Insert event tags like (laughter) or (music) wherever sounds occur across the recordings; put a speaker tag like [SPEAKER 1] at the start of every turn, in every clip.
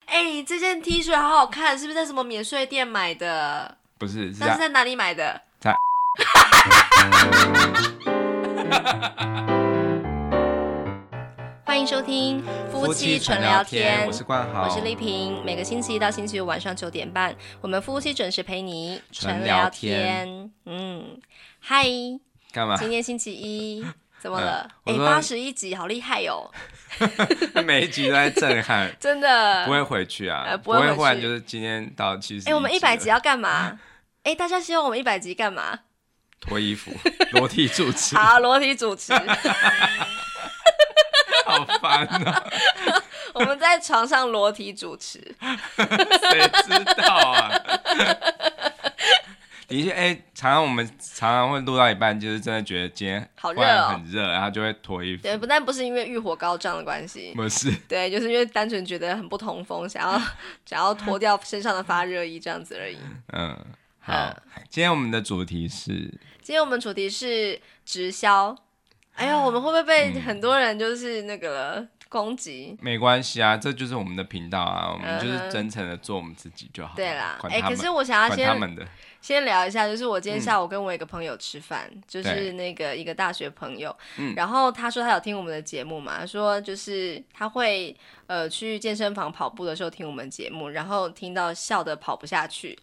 [SPEAKER 1] 你哎这件 T 恤好好看，是不是在什么免税店买的？
[SPEAKER 2] 不是，是
[SPEAKER 1] 那是在
[SPEAKER 2] 在
[SPEAKER 1] 哪里买的？
[SPEAKER 2] 在
[SPEAKER 1] 欢迎收听夫妻纯聊
[SPEAKER 2] (laughs)
[SPEAKER 1] 天，
[SPEAKER 2] 我是冠豪，
[SPEAKER 1] 我是丽萍。每个星期一到星期五晚上九点半，我们夫妻准时陪你
[SPEAKER 2] 纯聊天
[SPEAKER 1] 天。嗯，嗨，今
[SPEAKER 2] 干嘛？
[SPEAKER 1] 天星期一。怎么了？
[SPEAKER 2] (laughs) 我
[SPEAKER 1] 哎、
[SPEAKER 2] 说
[SPEAKER 1] 八十一集，好厉害哦！
[SPEAKER 2] (laughs) 每一集都在
[SPEAKER 1] (laughs)
[SPEAKER 2] 震撼，
[SPEAKER 1] 真的。
[SPEAKER 2] 不会回去啊，
[SPEAKER 1] 呃不
[SPEAKER 2] 不
[SPEAKER 1] 会
[SPEAKER 2] 会
[SPEAKER 1] 回
[SPEAKER 2] 忽然
[SPEAKER 1] 去
[SPEAKER 2] 就是今天到七十。
[SPEAKER 1] 哎、我们一百集要干
[SPEAKER 2] 嗯
[SPEAKER 1] 嘛？哎、大家希望我们一百集干嘛？
[SPEAKER 2] (laughs) 脱衣服， (laughs) 裸体主持，
[SPEAKER 1] 好，啊裸体主持，
[SPEAKER 2] 好烦啊！
[SPEAKER 1] 我们在床上裸体主持。
[SPEAKER 2] 谁知道啊？ (laughs) 的确，哎、常常我们常常会录到一半，就是真的觉得今天
[SPEAKER 1] 好热
[SPEAKER 2] 忽然
[SPEAKER 1] 哦
[SPEAKER 2] 很热，然后就会脱衣服。
[SPEAKER 1] 对，不但不是因为欲火高涨的关系，
[SPEAKER 2] 不是，
[SPEAKER 1] 对，就是因为单纯觉得很不通风，想要 (laughs) 想要脱掉身上的发热衣这样子而已。
[SPEAKER 2] 嗯，好
[SPEAKER 1] 嗯，
[SPEAKER 2] 今天我们的主题是
[SPEAKER 1] 今天我们主题是直销。哎
[SPEAKER 2] 啊
[SPEAKER 1] 呦，我们会不会
[SPEAKER 2] 嗯
[SPEAKER 1] 被很多人就是那个了攻击？
[SPEAKER 2] 没关系啊，这就是我们的频道啊，我们就
[SPEAKER 1] 嗯哼
[SPEAKER 2] 是真诚的做我们自己就好了。
[SPEAKER 1] 对啦，
[SPEAKER 2] 管
[SPEAKER 1] 哎、
[SPEAKER 2] 他
[SPEAKER 1] 可
[SPEAKER 2] 们，
[SPEAKER 1] 是我想要
[SPEAKER 2] 管他
[SPEAKER 1] 先
[SPEAKER 2] 们的，
[SPEAKER 1] 先聊一下，就是我今天下午跟我一个朋友吃饭，就是
[SPEAKER 2] 嗯对
[SPEAKER 1] 那个一个大学朋友，
[SPEAKER 2] 嗯
[SPEAKER 1] 然后他说他有听我们的节目嘛，他说就是他会呃去健身房跑步的时候听我们节目，然后听到笑的跑不下去，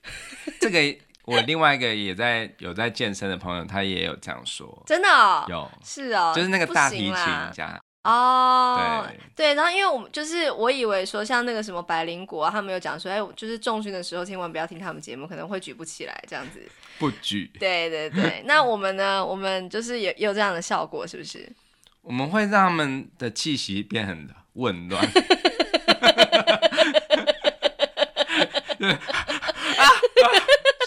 [SPEAKER 2] 这个我另外一个也在有在健身的朋友，他也有这样说，
[SPEAKER 1] 真的、哦。
[SPEAKER 2] 有
[SPEAKER 1] 是哦，
[SPEAKER 2] 就是那个大提
[SPEAKER 1] 不行
[SPEAKER 2] 琴
[SPEAKER 1] 啦
[SPEAKER 2] 家，
[SPEAKER 1] 哦，对，然后因为我们就是我以为说像那个什么百灵果、啊，他们有讲说，哎，就是重训的时候千万不要听他们节目，可能会举不起来这样子。
[SPEAKER 2] 不举，
[SPEAKER 1] 对对
[SPEAKER 2] (laughs)
[SPEAKER 1] 对，那我们呢？我们就是也也有这样的效果，是不是？
[SPEAKER 2] 我们会让他们的气息变很混乱。就是啊啊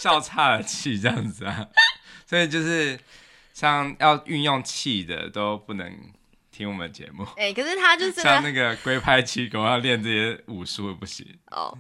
[SPEAKER 2] 笑岔了气这样子啊，所以就是像要运用气的都不能听我们节目。
[SPEAKER 1] 哎、可是他就是真的
[SPEAKER 2] 像那个龟派气功要练这些武术不行，
[SPEAKER 1] 哦，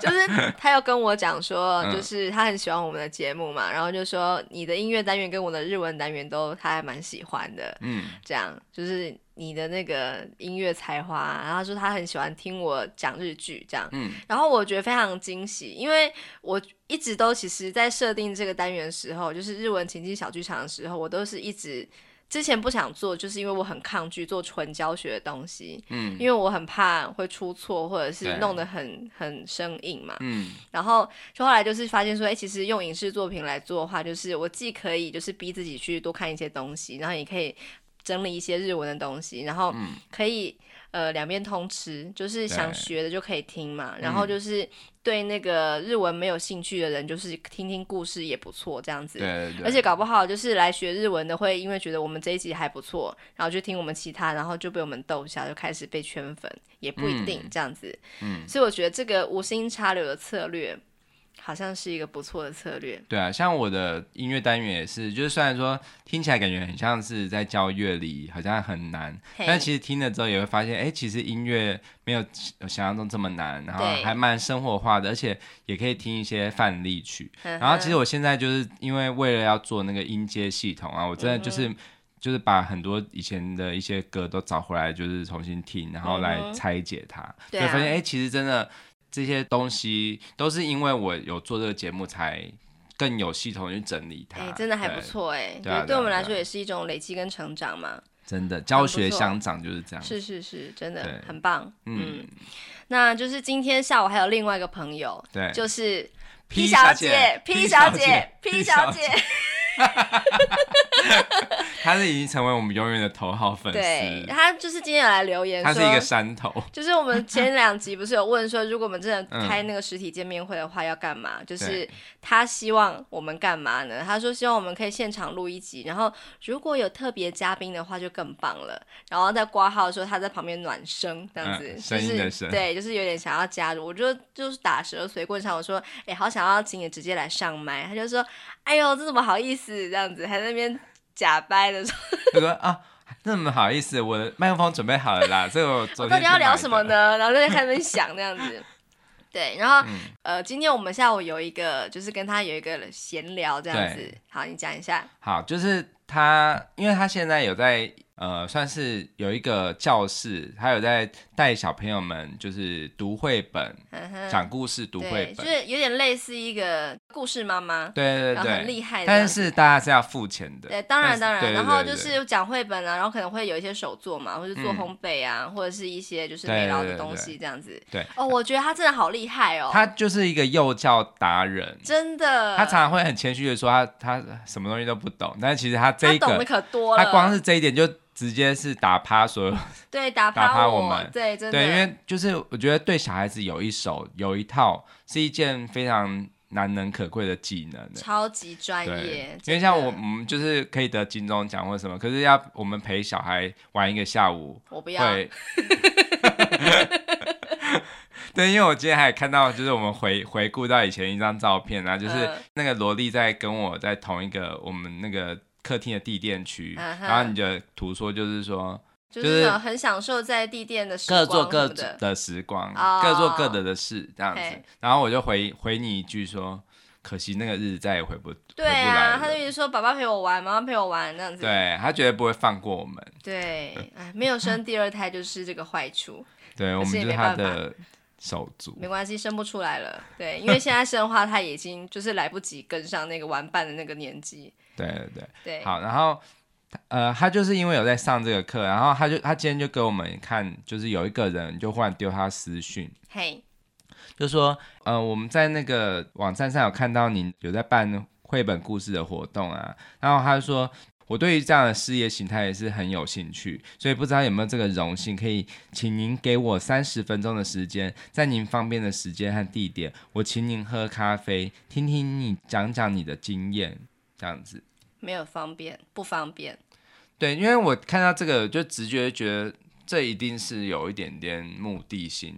[SPEAKER 1] 就是他有跟我讲说，
[SPEAKER 2] (laughs) 嗯
[SPEAKER 1] 就是他很喜欢我们的节目嘛，然后就说你的音乐单元跟我的日文单元都他还蛮喜欢的，
[SPEAKER 2] 嗯，
[SPEAKER 1] 这样就是你的那个音乐才华啊，然后他说他很喜欢听我讲日剧这样，
[SPEAKER 2] 嗯，
[SPEAKER 1] 然后我觉得非常惊喜，因为我一直都其实在设定这个单元的时候，就是日文情境小剧场的时候，我都是一直。之前不想做，就是因为我很抗拒做纯教学的东西，
[SPEAKER 2] 嗯
[SPEAKER 1] 因为我很怕会出错，或者是
[SPEAKER 2] 对
[SPEAKER 1] 弄得很很生硬嘛。
[SPEAKER 2] 嗯，
[SPEAKER 1] 然后就后来就是发现说，哎、其实用影视作品来做的话，就是我既可以就是逼自己去多看一些东西，然后也可以整理一些日文的东西，然后
[SPEAKER 2] 嗯
[SPEAKER 1] 可以、呃两边通吃，就是想
[SPEAKER 2] 对嗯
[SPEAKER 1] 学的就可以听嘛。然后就是对那个日文没有兴趣的人，就是听听故事也不错，这样子。
[SPEAKER 2] 对对对，
[SPEAKER 1] 而且搞不好就是来学日文的会因为觉得我们这一集还不错，然后就听我们其他，然后就被我们逗一下，就开始被圈粉，也不一定这样子。
[SPEAKER 2] 嗯
[SPEAKER 1] 所以我觉得这个无心插柳的策略好像是一个不错的策略。
[SPEAKER 2] 对啊，像我的音乐单元也是，就是虽然说听起来感觉很像是在教乐理，好像很难，
[SPEAKER 1] 嘿
[SPEAKER 2] 但其实听了之后也会发现，哎、其实音乐没有想象中这么难，然后
[SPEAKER 1] 对
[SPEAKER 2] 还蛮生活化的，而且也可以听一些范例曲。
[SPEAKER 1] 嗯哼
[SPEAKER 2] 然后其实我现在就是因为为了要做那个音阶系统啊，我
[SPEAKER 1] 嗯
[SPEAKER 2] 真的就是、就是把很多以前的一些歌都找回来，就是重新听，然后
[SPEAKER 1] 嗯哼
[SPEAKER 2] 来拆解它，
[SPEAKER 1] 对
[SPEAKER 2] 就
[SPEAKER 1] 啊
[SPEAKER 2] 发现哎、诶其实真的这些东西都是因为我有做这个节目才更有系统地去整理它，
[SPEAKER 1] 哎、真的还
[SPEAKER 2] 对
[SPEAKER 1] 不，错哎、
[SPEAKER 2] 对啊
[SPEAKER 1] 对我们
[SPEAKER 2] 对啊
[SPEAKER 1] 来说也是一种累积跟成长嘛。
[SPEAKER 2] 真的教
[SPEAKER 1] 很
[SPEAKER 2] 学
[SPEAKER 1] 不错
[SPEAKER 2] 相长就是这样，
[SPEAKER 1] 是是是，真的
[SPEAKER 2] 嗯对
[SPEAKER 1] 很棒。
[SPEAKER 2] 嗯
[SPEAKER 1] 嗯，那就是今天下午还有另外一个朋友，
[SPEAKER 2] 对，
[SPEAKER 1] 就是。
[SPEAKER 2] P
[SPEAKER 1] 小
[SPEAKER 2] 小
[SPEAKER 1] 姐
[SPEAKER 2] 姐
[SPEAKER 1] ，P
[SPEAKER 2] P
[SPEAKER 1] 小
[SPEAKER 2] 小
[SPEAKER 1] 姐
[SPEAKER 2] 姐
[SPEAKER 1] ，P
[SPEAKER 2] ，P
[SPEAKER 1] 小
[SPEAKER 2] 小
[SPEAKER 1] 姐
[SPEAKER 2] 姐，他是已经成为我们永远的头号粉
[SPEAKER 1] 对
[SPEAKER 2] 丝，
[SPEAKER 1] 他就是今天有来留言
[SPEAKER 2] 他
[SPEAKER 1] 说，
[SPEAKER 2] 是一个山头， (laughs)
[SPEAKER 1] 就是我们前两集不是有问说，如果我们真的开那个实体见面会的话，要干嘛？就是
[SPEAKER 2] 嗯对
[SPEAKER 1] 他希望我们干嘛呢？他说希望我们可以现场录一集，然后如果有特别嘉宾的话就更棒了。然后在挂号的时候，他在旁边暖身，这样子，
[SPEAKER 2] 嗯
[SPEAKER 1] 就
[SPEAKER 2] 声音的
[SPEAKER 1] 是
[SPEAKER 2] 声
[SPEAKER 1] 对，就是有点想要加入。我就就是打蛇随棍上，我说哎、好想要请你直接来上麦。他就说哎呦，这怎么好意思？这样子还在那边假掰的说，
[SPEAKER 2] 他说啊。那么好意思，我的麦克风准备好了
[SPEAKER 1] (laughs)
[SPEAKER 2] 啦。这个我昨
[SPEAKER 1] 我
[SPEAKER 2] 天
[SPEAKER 1] 到底
[SPEAKER 2] 去
[SPEAKER 1] 要聊
[SPEAKER 2] 买
[SPEAKER 1] 什
[SPEAKER 2] 的
[SPEAKER 1] 么
[SPEAKER 2] (laughs)
[SPEAKER 1] 呢？然后在那边想那样子。对，然后、
[SPEAKER 2] 嗯
[SPEAKER 1] 呃，今天我们下午有一个，就是跟他有一个闲聊这样子
[SPEAKER 2] 对。
[SPEAKER 1] 好，你讲一下。
[SPEAKER 2] 好，就是他，因为他现在有在呃，算是有一个教室，他有在带小朋友们就是读绘本、
[SPEAKER 1] 嗯哼
[SPEAKER 2] 讲故事、读绘
[SPEAKER 1] 对，就
[SPEAKER 2] 本。
[SPEAKER 1] 是有点类似一个故事妈妈，
[SPEAKER 2] 对对
[SPEAKER 1] 然后很
[SPEAKER 2] 对，
[SPEAKER 1] 厉害的这样
[SPEAKER 2] 但
[SPEAKER 1] 子，
[SPEAKER 2] 是大家是要付钱的。
[SPEAKER 1] 对，当然当
[SPEAKER 2] 但是
[SPEAKER 1] 然，
[SPEAKER 2] 对对
[SPEAKER 1] 然后
[SPEAKER 2] 对
[SPEAKER 1] 就
[SPEAKER 2] 对
[SPEAKER 1] 是讲绘本啊，然后可能会有一些手作嘛，或者做
[SPEAKER 2] 嗯
[SPEAKER 1] 烘焙啊，或者是一些就是
[SPEAKER 2] 对
[SPEAKER 1] 美
[SPEAKER 2] 对
[SPEAKER 1] 劳
[SPEAKER 2] 对
[SPEAKER 1] 的
[SPEAKER 2] 对
[SPEAKER 1] 东
[SPEAKER 2] 对
[SPEAKER 1] 西这样子。
[SPEAKER 2] 对
[SPEAKER 1] 哦，我觉得他真的好厉害哦，
[SPEAKER 2] 他就是一个幼教达人，
[SPEAKER 1] 真的，
[SPEAKER 2] 他常常会很谦虚的说他他什么东西都不懂，但是其实他这
[SPEAKER 1] 他
[SPEAKER 2] 一
[SPEAKER 1] 懂得
[SPEAKER 2] 个
[SPEAKER 1] 可多了，
[SPEAKER 2] 他光是这一点就直接是打趴所有
[SPEAKER 1] 对打
[SPEAKER 2] 打趴
[SPEAKER 1] 我
[SPEAKER 2] 我们
[SPEAKER 1] 对， (laughs) 真的，
[SPEAKER 2] 对，因为就是我觉得对小孩子有一手有一套是一件非常难能可贵的技能的。
[SPEAKER 1] 超级专业
[SPEAKER 2] 对，，因
[SPEAKER 1] 真
[SPEAKER 2] 为像
[SPEAKER 1] 的
[SPEAKER 2] 我，我们就是可以得金钟奖或什么，可是要我们陪小孩玩一个下午，
[SPEAKER 1] 我不要，
[SPEAKER 2] 会。 (laughs) 对，因为我今天还看到，就是我们回回顾到以前一张照片啊，就是
[SPEAKER 1] 嗯
[SPEAKER 2] 那个萝莉在跟我在同一个我们那个客厅的地垫区，
[SPEAKER 1] 嗯哼
[SPEAKER 2] 然后你的图说就是说
[SPEAKER 1] 就
[SPEAKER 2] 就是是
[SPEAKER 1] 那种很享受在地垫的时
[SPEAKER 2] 各
[SPEAKER 1] 光
[SPEAKER 2] 做各
[SPEAKER 1] 什么的，
[SPEAKER 2] 的时光，
[SPEAKER 1] 哦
[SPEAKER 2] 各做各的的事这样子
[SPEAKER 1] 嘿，
[SPEAKER 2] 然后我就回回你一句说，可惜那个日子再也回不
[SPEAKER 1] 对
[SPEAKER 2] 回不来
[SPEAKER 1] 啊，
[SPEAKER 2] 了
[SPEAKER 1] 他就一直说爸爸陪我玩，妈妈陪我玩那样子，
[SPEAKER 2] 对他绝对不会放过我们，
[SPEAKER 1] 对，哎，没有生第二胎就是这个坏处，
[SPEAKER 2] 对我
[SPEAKER 1] 可
[SPEAKER 2] 们
[SPEAKER 1] 是也
[SPEAKER 2] 就
[SPEAKER 1] 没
[SPEAKER 2] 是他
[SPEAKER 1] 办法
[SPEAKER 2] 的手足，
[SPEAKER 1] 没关系，生不出来了，对，因为现在生的话，他已经就是来不及跟上那个玩伴的那个年纪，
[SPEAKER 2] 对对对。
[SPEAKER 1] 对，
[SPEAKER 2] 好，然后呃，他就是因为有在上这个课，然后他就他今天就给我们看，就是有一个人就忽然丢他私讯，
[SPEAKER 1] 嘿，
[SPEAKER 2] 就说呃，我们在那个网站上有看到你有在办绘本故事的活动啊，然后他就说。我对于这样的事业形态也是很有兴趣，所以不知道有没有这个荣幸，可以请您给我三十分钟的时间，在您方便的时间和地点，我请您喝咖啡，听听你讲讲你的经验，这样子。
[SPEAKER 1] 没有方便，不方便，
[SPEAKER 2] 对，因为我看到这个，就直觉觉得这一定是有一点点目的性，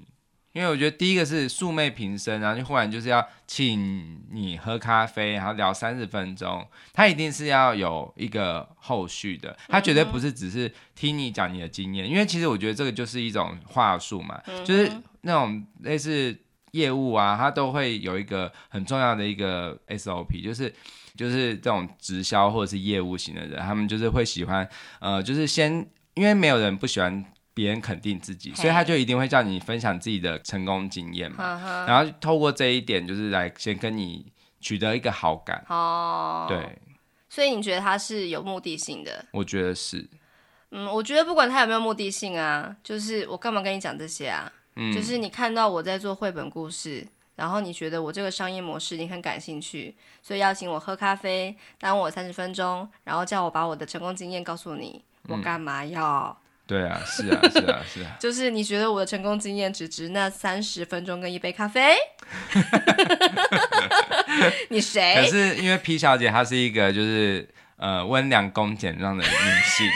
[SPEAKER 2] 因为我觉得第一个是素昧平生，然后就忽然就是要请你喝咖啡，然后聊三十分钟，他一定是要有一个后续的，他绝对不是只是听你讲你的经验，因为其实我觉得这个就是一种话术嘛，就是那种类似业务啊，它都会有一个很重要的一个 SOP，就是就是这种直销或者是业务型的人，他们就是会喜欢，呃，就是先，因为没有人不喜欢别人肯定自己，所以他
[SPEAKER 1] 嘿
[SPEAKER 2] 就一定会叫你分享自己的成功经验
[SPEAKER 1] 哈
[SPEAKER 2] 嘛，
[SPEAKER 1] 哈，
[SPEAKER 2] 然后透过这一点，就是来先跟你取得一个好感。
[SPEAKER 1] 哦，
[SPEAKER 2] 对，
[SPEAKER 1] 所以你觉得他是有目的性的？
[SPEAKER 2] 我觉得是，
[SPEAKER 1] 嗯，我觉得不管他有没有目的性啊，就是我干嘛跟你讲这些啊？
[SPEAKER 2] 嗯，
[SPEAKER 1] 就是你看到我在做绘本故事，然后你觉得我这个商业模式你很感兴趣，所以邀请我喝咖啡，耽误我三十分钟，然后叫我把我的成功经验告诉你。我
[SPEAKER 2] 嗯
[SPEAKER 1] 干嘛要？
[SPEAKER 2] 对啊，是啊，是啊，是啊，
[SPEAKER 1] 就是你觉得我的成功经验只值那三十分钟跟一杯咖啡？ (laughs) 你
[SPEAKER 2] 可
[SPEAKER 1] 谁？
[SPEAKER 2] 是因为 P 小姐她是一个就是呃温良恭俭让的女性，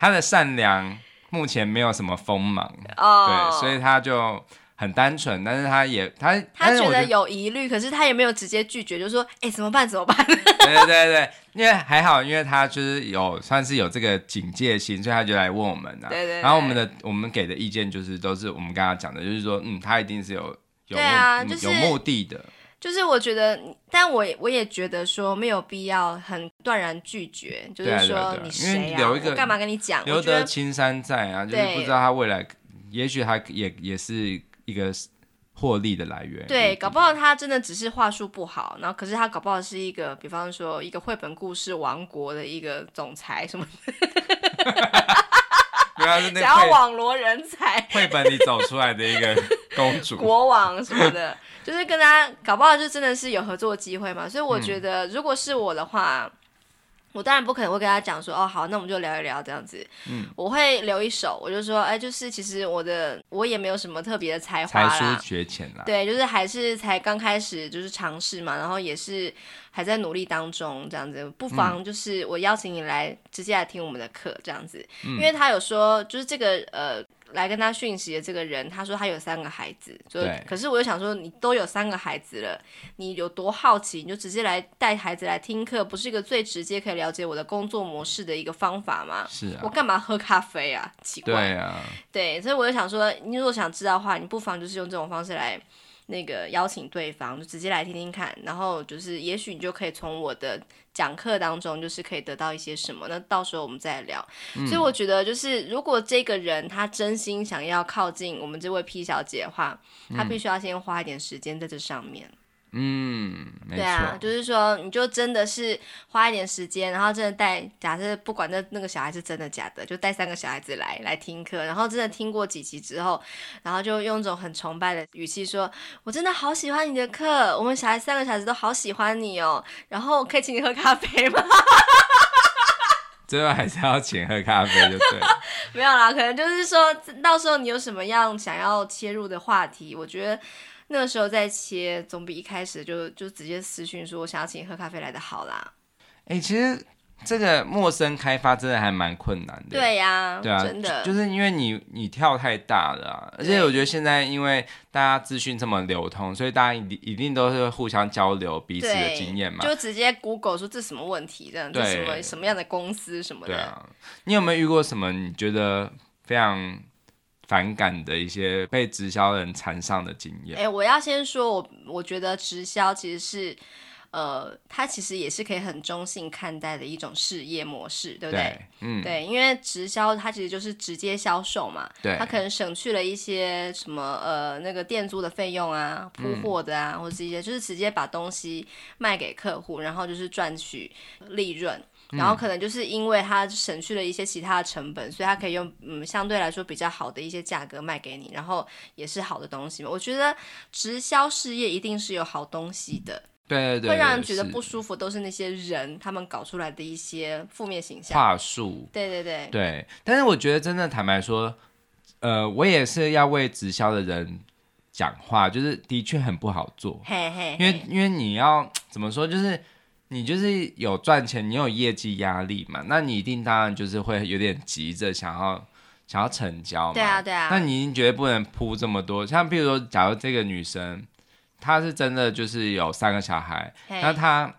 [SPEAKER 2] 她的善良目前没有什么锋芒，
[SPEAKER 1] 哦，
[SPEAKER 2] 对，所以她就很单纯，但是她也她，
[SPEAKER 1] 他
[SPEAKER 2] 但是
[SPEAKER 1] 觉
[SPEAKER 2] 哎我
[SPEAKER 1] 得
[SPEAKER 2] 觉得
[SPEAKER 1] 有疑虑，可是他也没有直接拒绝，就说：“哎、怎么办？怎么办
[SPEAKER 2] (laughs) 对对对对，因为还好，因为她就是有算是有这个警戒心，所以她就来问我们啊，
[SPEAKER 1] 对对对
[SPEAKER 2] 然后我们的我们给的意见就是都是我们刚刚讲的，就是说嗯，她一定是有。有
[SPEAKER 1] 对啊
[SPEAKER 2] 目嗯
[SPEAKER 1] 就是
[SPEAKER 2] 有目的的，？”
[SPEAKER 1] 就是我觉得，但我也我也觉得说没有必要很断然拒绝，就
[SPEAKER 2] 对啊
[SPEAKER 1] 是
[SPEAKER 2] 对啊
[SPEAKER 1] 说
[SPEAKER 2] 对啊
[SPEAKER 1] 你
[SPEAKER 2] 因为
[SPEAKER 1] 谁啊？
[SPEAKER 2] 留一个
[SPEAKER 1] 我干嘛跟你讲？我
[SPEAKER 2] 留
[SPEAKER 1] 觉
[SPEAKER 2] 得
[SPEAKER 1] 得
[SPEAKER 2] 青山在啊，就是
[SPEAKER 1] 对
[SPEAKER 2] 不知道他未来，也许他也也是一个获利的来源。
[SPEAKER 1] 对，搞
[SPEAKER 2] 好
[SPEAKER 1] 不好他真的只是话术不好，然后可是他搞不好是一个，比方说一个绘本故事王国的一个总裁什么，
[SPEAKER 2] 对啊，是
[SPEAKER 1] (laughs) 想
[SPEAKER 2] 那
[SPEAKER 1] 要
[SPEAKER 2] 绘
[SPEAKER 1] 网罗人才。
[SPEAKER 2] 绘本里走出来的一个公主。
[SPEAKER 1] (laughs) 国王什么
[SPEAKER 2] (laughs)
[SPEAKER 1] 的，就是跟他搞不好就真的是有合作机会嘛。所以我觉
[SPEAKER 2] 嗯
[SPEAKER 1] 得，如果是我的话，我当然不可能会跟他讲说，哦，好，那我们就聊一聊这样子。
[SPEAKER 2] 嗯，
[SPEAKER 1] 我会留一手，我就说，哎，就是其实我的我也没有什么特别的才华
[SPEAKER 2] 才疏
[SPEAKER 1] 啦。
[SPEAKER 2] 学浅啦，
[SPEAKER 1] 啊对，就是还是才刚开始，就是尝试嘛，然后也是还在努力当中，这样子，
[SPEAKER 2] 嗯
[SPEAKER 1] 不妨就是我邀请你来直接来听我们的课，这样子，
[SPEAKER 2] 嗯
[SPEAKER 1] 因为他有说，就是这个呃，来跟他讯息的这个人，他说他有三个孩子，就
[SPEAKER 2] 对
[SPEAKER 1] 可是我就想说，你都有三个孩子了，你有多好奇，你就直接来带孩子来听课，不是一个最直接可以了解我的工作模式的一个方法吗？
[SPEAKER 2] 是
[SPEAKER 1] 我
[SPEAKER 2] 啊，
[SPEAKER 1] 干嘛喝咖啡啊？奇怪。
[SPEAKER 2] 对啊，
[SPEAKER 1] 对，所以我就想说，你如果想知道的话，你不妨就是用这种方式来那个邀请对方，就直接来听听看，然后就是也许你就可以从我的讲课当中，就是可以得到一些什么。那到时候我们再聊。所以我觉得就是，如果这个人他真心想要靠近我们这位 P 小姐的话，他必须要先花一点时间在这上面。
[SPEAKER 2] 嗯，没
[SPEAKER 1] 对啊，
[SPEAKER 2] 错，
[SPEAKER 1] 就是说，你就真的是花一点时间，然后真的带，假设不管那那个小孩是真的假的，就带三个小孩子来来听课，然后真的听过几集之后，然后就用一种很崇拜的语气说：“我真的好喜欢你的课，我们小孩三个小孩子都好喜欢你哦。”然后可以请你喝咖啡吗？ (laughs)
[SPEAKER 2] 最后还是要请喝咖啡就对了。
[SPEAKER 1] 没有啦，可能就是说到时候你有什么样想要切入的话题，我觉得那个时候再切，总比一开始就就直接私讯说我想要请你喝咖啡来的好啦。
[SPEAKER 2] 哎、其实这个陌生开发真的还蛮困难的。
[SPEAKER 1] 对呀、
[SPEAKER 2] 对啊，
[SPEAKER 1] 真的
[SPEAKER 2] 就就是因为你你跳太大了啊、而且
[SPEAKER 1] 对
[SPEAKER 2] 我觉得现在因为大家资讯这么流通，所以大家一定一定都是互相交流彼此的
[SPEAKER 1] 对，
[SPEAKER 2] 经验嘛。
[SPEAKER 1] 就直接 Google 说这什么问题，这样这
[SPEAKER 2] 对
[SPEAKER 1] 什么什么样的公司什么的。
[SPEAKER 2] 对啊，你有没有遇过什么你觉得非常反感的一些被直销人缠上的经验？
[SPEAKER 1] 哎、我要先说，我我觉得直销其实是，呃，它其实也是可以很中性看待的一种事业模式，对不对？
[SPEAKER 2] 对，嗯，
[SPEAKER 1] 对，因为直销它其实就是直接销售嘛，
[SPEAKER 2] 对
[SPEAKER 1] 它可能省去了一些什么呃那个店租的费用啊、铺货的
[SPEAKER 2] 嗯
[SPEAKER 1] 啊，或者是一些就是直接把东西卖给客户，然后就是赚取利润。
[SPEAKER 2] 嗯
[SPEAKER 1] 然后可能就是因为它省去了一些其他的成本，所以它可以用嗯相对来说比较好的一些价格卖给你，然后也是好的东西嘛。我觉得直销事业一定是有好东西的，
[SPEAKER 2] 对对对，
[SPEAKER 1] 会让人觉得
[SPEAKER 2] 是
[SPEAKER 1] 不舒服都是那些人他们搞出来的一些负面形象。
[SPEAKER 2] 话术。
[SPEAKER 1] 对对对，
[SPEAKER 2] 对，但是我觉得真的坦白说，呃，我也是要为直销的人讲话，就是的确很不好做。
[SPEAKER 1] 嘿嘿，
[SPEAKER 2] 因为
[SPEAKER 1] 嘿
[SPEAKER 2] 因为你要怎么说，就是你就是有赚钱，你有业绩压力嘛，那你一定当然就是会有点急着想要想要成交嘛。
[SPEAKER 1] 对啊对啊
[SPEAKER 2] 那你一定绝对不能铺这么多，像比如说，假如这个女生她是真的就是有三个小孩，
[SPEAKER 1] 嘿
[SPEAKER 2] 那她。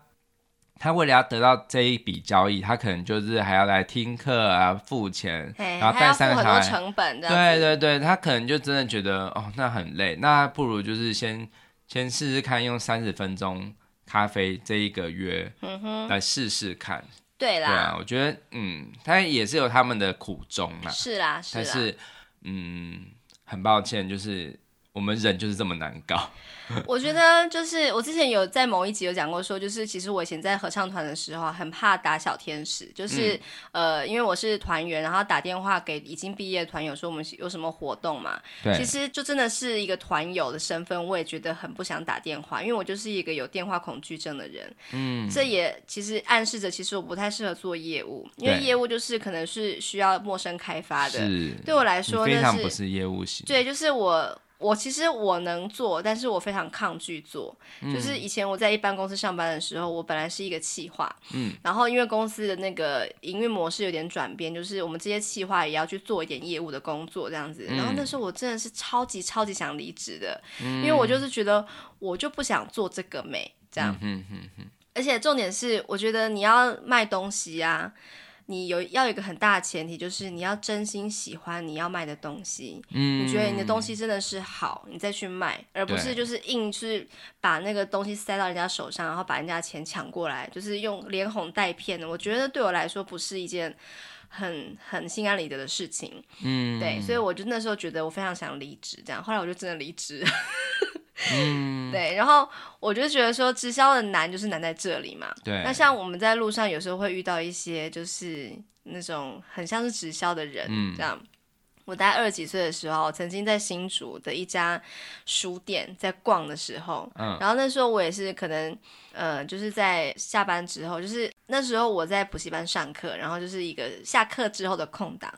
[SPEAKER 2] 她为了要得到这一笔交易，她可能就是还要来听课啊，付钱，
[SPEAKER 1] 嘿，
[SPEAKER 2] 然后
[SPEAKER 1] 哎还要
[SPEAKER 2] 带
[SPEAKER 1] 付
[SPEAKER 2] 三个
[SPEAKER 1] 很
[SPEAKER 2] 小
[SPEAKER 1] 多
[SPEAKER 2] 孩，
[SPEAKER 1] 成本的，
[SPEAKER 2] 对对对，他可能就真的觉得哦，那很累，那不如就是先先试试看，用三十分钟咖啡这一个月
[SPEAKER 1] 嗯哼，
[SPEAKER 2] 来试试看。
[SPEAKER 1] 对
[SPEAKER 2] 对
[SPEAKER 1] 啦，
[SPEAKER 2] 啊，我觉得嗯，他也是有他们的苦衷嘛，
[SPEAKER 1] 是啦是
[SPEAKER 2] 但
[SPEAKER 1] 啦，
[SPEAKER 2] 是嗯，很抱歉，就是我们人就是这么难搞。
[SPEAKER 1] (laughs) 我觉得就是我之前有在某一集有讲过说，就是其实我以前在合唱团的时候啊很怕打小天使，就是、
[SPEAKER 2] 嗯
[SPEAKER 1] 呃，因为我是团员，然后打电话给已经毕业的团友说我们有什么活动嘛，其
[SPEAKER 2] 对，
[SPEAKER 1] 实就真的是一个团友的身份，我也觉得很不想打电话，因为我就是一个有电话恐惧症的人。嗯，这也其实暗示着，其实我不太适合做业务，因为
[SPEAKER 2] 对
[SPEAKER 1] 业务就是可能是需要陌生开发啊的。
[SPEAKER 2] 是
[SPEAKER 1] 对我来
[SPEAKER 2] 你
[SPEAKER 1] 说，
[SPEAKER 2] 非
[SPEAKER 1] 那
[SPEAKER 2] 常
[SPEAKER 1] 是
[SPEAKER 2] 不是业务型。
[SPEAKER 1] 对，就是我，我其实我能做，但是我非常抗拒做。就是以前我在一般公司上班的时候，我本来是一个企划，嗯，然后因为公司的那个营运模式有点转变，就是我们这些企划也要去做一点业务的工作这样子。然后那时候我真的是超级超级想离职的，因为我就是觉得我就不想做这个美这样。
[SPEAKER 2] 嗯哼
[SPEAKER 1] 而且重点是，我觉得你要卖东西啊，你有要有一个很大的前提，就是你要真心喜欢你要卖的东西。
[SPEAKER 2] 嗯
[SPEAKER 1] 你觉得你的东西真的是好，你再去卖，而不是
[SPEAKER 2] 对
[SPEAKER 1] 就是硬去把那个东西塞到人家手上，然后把人家钱抢过来，就是用连哄带骗的。我觉得对我来说不是一件很很心安理得的事情。
[SPEAKER 2] 嗯，
[SPEAKER 1] 对，所以我就那时候觉得我非常想离职，这样，后来我就真的离职。嗯， (laughs) 对，然后我就觉得说直销的难就是难在这里嘛。
[SPEAKER 2] 对
[SPEAKER 1] 那像我们在路上有时候会遇到一些就是那种很像是直销的人，
[SPEAKER 2] 嗯
[SPEAKER 1] 这样。我大概二十几岁的时候，曾经在新竹的一家书店在逛的时候，
[SPEAKER 2] 嗯
[SPEAKER 1] 然后那时候我也是可能，呃，就是在下班之后，就是那时候我在补习班上课，然后就是一个下课之后的空档，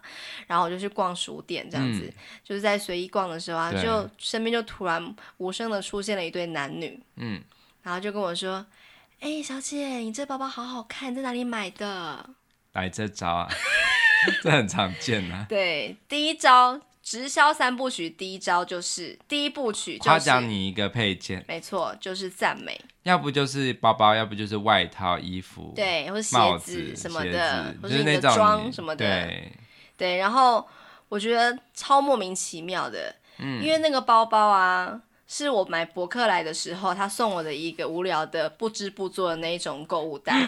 [SPEAKER 1] 然后我就去逛书店这样子，
[SPEAKER 2] 嗯
[SPEAKER 1] 就是在随意逛的时候啊，
[SPEAKER 2] 对
[SPEAKER 1] 就身边就突然无声的出现了一对男女，
[SPEAKER 2] 嗯，
[SPEAKER 1] 然后就跟我说：“哎、小姐，你这包包好好看，在哪里买的
[SPEAKER 2] 来这招啊，
[SPEAKER 1] (laughs)
[SPEAKER 2] 这很常见啊？”。
[SPEAKER 1] 对，第一招直销三部曲，第一招就是第一部曲就
[SPEAKER 2] 夸
[SPEAKER 1] 是
[SPEAKER 2] 奖你一个配件，
[SPEAKER 1] 没错，就是赞美，
[SPEAKER 2] 要不就是包包，要不就是外套、衣服，，
[SPEAKER 1] 对，或者鞋
[SPEAKER 2] 帽
[SPEAKER 1] 子
[SPEAKER 2] 子
[SPEAKER 1] 什么
[SPEAKER 2] 鞋
[SPEAKER 1] 的
[SPEAKER 2] 子，
[SPEAKER 1] 或者
[SPEAKER 2] 就是
[SPEAKER 1] 你
[SPEAKER 2] 那
[SPEAKER 1] 的
[SPEAKER 2] 种
[SPEAKER 1] 妆
[SPEAKER 2] 你
[SPEAKER 1] 什么的，
[SPEAKER 2] 对，
[SPEAKER 1] 对，
[SPEAKER 2] 嗯
[SPEAKER 1] 然后我觉得超莫名其妙的，因为那个包包啊，是我买博客来的时候，他送我的一个无聊的不知不做的那一种购物袋。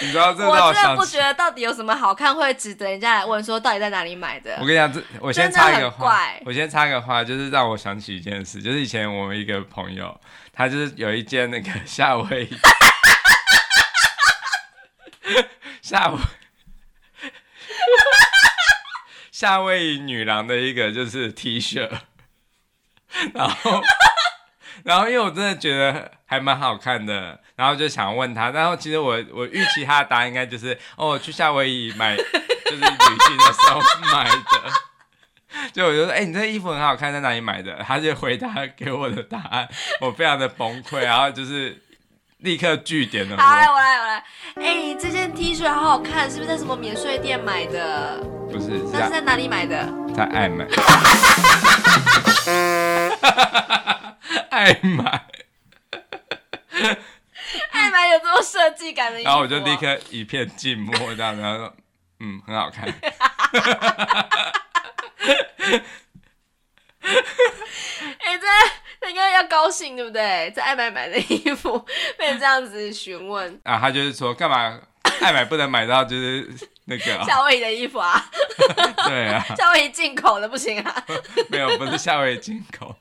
[SPEAKER 2] 你知道这让
[SPEAKER 1] 我
[SPEAKER 2] 我
[SPEAKER 1] 真的
[SPEAKER 2] 想
[SPEAKER 1] 不
[SPEAKER 2] 起
[SPEAKER 1] 觉得到底有什么好看，会值得人家来问说到底在哪里买的
[SPEAKER 2] 我。跟你讲，这我
[SPEAKER 1] 真
[SPEAKER 2] 先
[SPEAKER 1] 的
[SPEAKER 2] 插一
[SPEAKER 1] 很
[SPEAKER 2] 个话
[SPEAKER 1] 怪，
[SPEAKER 2] 我先插一个话，就是让我想起一件事，就是以前我们一个朋友，他就是有一件那个 (laughs) 夏威夷，夏威 (laughs) 夏威夷女郎的一个就是 T 恤， (laughs) 然后然后因为我真的觉得还蛮好看的，然后就想问他，然后其实我我预期他的答案应该就是哦，去夏威夷买，就是旅行的时候买的。 (laughs) 就我就说，哎、你这衣服很好看，在哪里买的？他就回答给我的答案，我非常的崩溃，然后就是立刻据点了
[SPEAKER 1] 好，来
[SPEAKER 2] 我，
[SPEAKER 1] 我来我来。哎、这件 T 恤好好看，是不是在什么免税店买的？
[SPEAKER 2] 不是是
[SPEAKER 1] 那是
[SPEAKER 2] 在
[SPEAKER 1] 在哪里买的？
[SPEAKER 2] 在爱买， (laughs) 爱买，
[SPEAKER 1] 爱买有这么设计感的衣服、啊
[SPEAKER 2] 然后我就立。刻一片静默，这样，然后说，嗯，很好看。
[SPEAKER 1] 哎、这这应该要高兴对不对？在爱买买的衣服 (laughs) 被这样子询问，
[SPEAKER 2] 啊，他就是说干嘛爱买不能买到就是那个、啊，
[SPEAKER 1] 夏威夷的衣服啊，
[SPEAKER 2] 对啊，
[SPEAKER 1] 夏威夷进口的不行啊。
[SPEAKER 2] 没有不是夏威夷进
[SPEAKER 1] (laughs)
[SPEAKER 2] 口，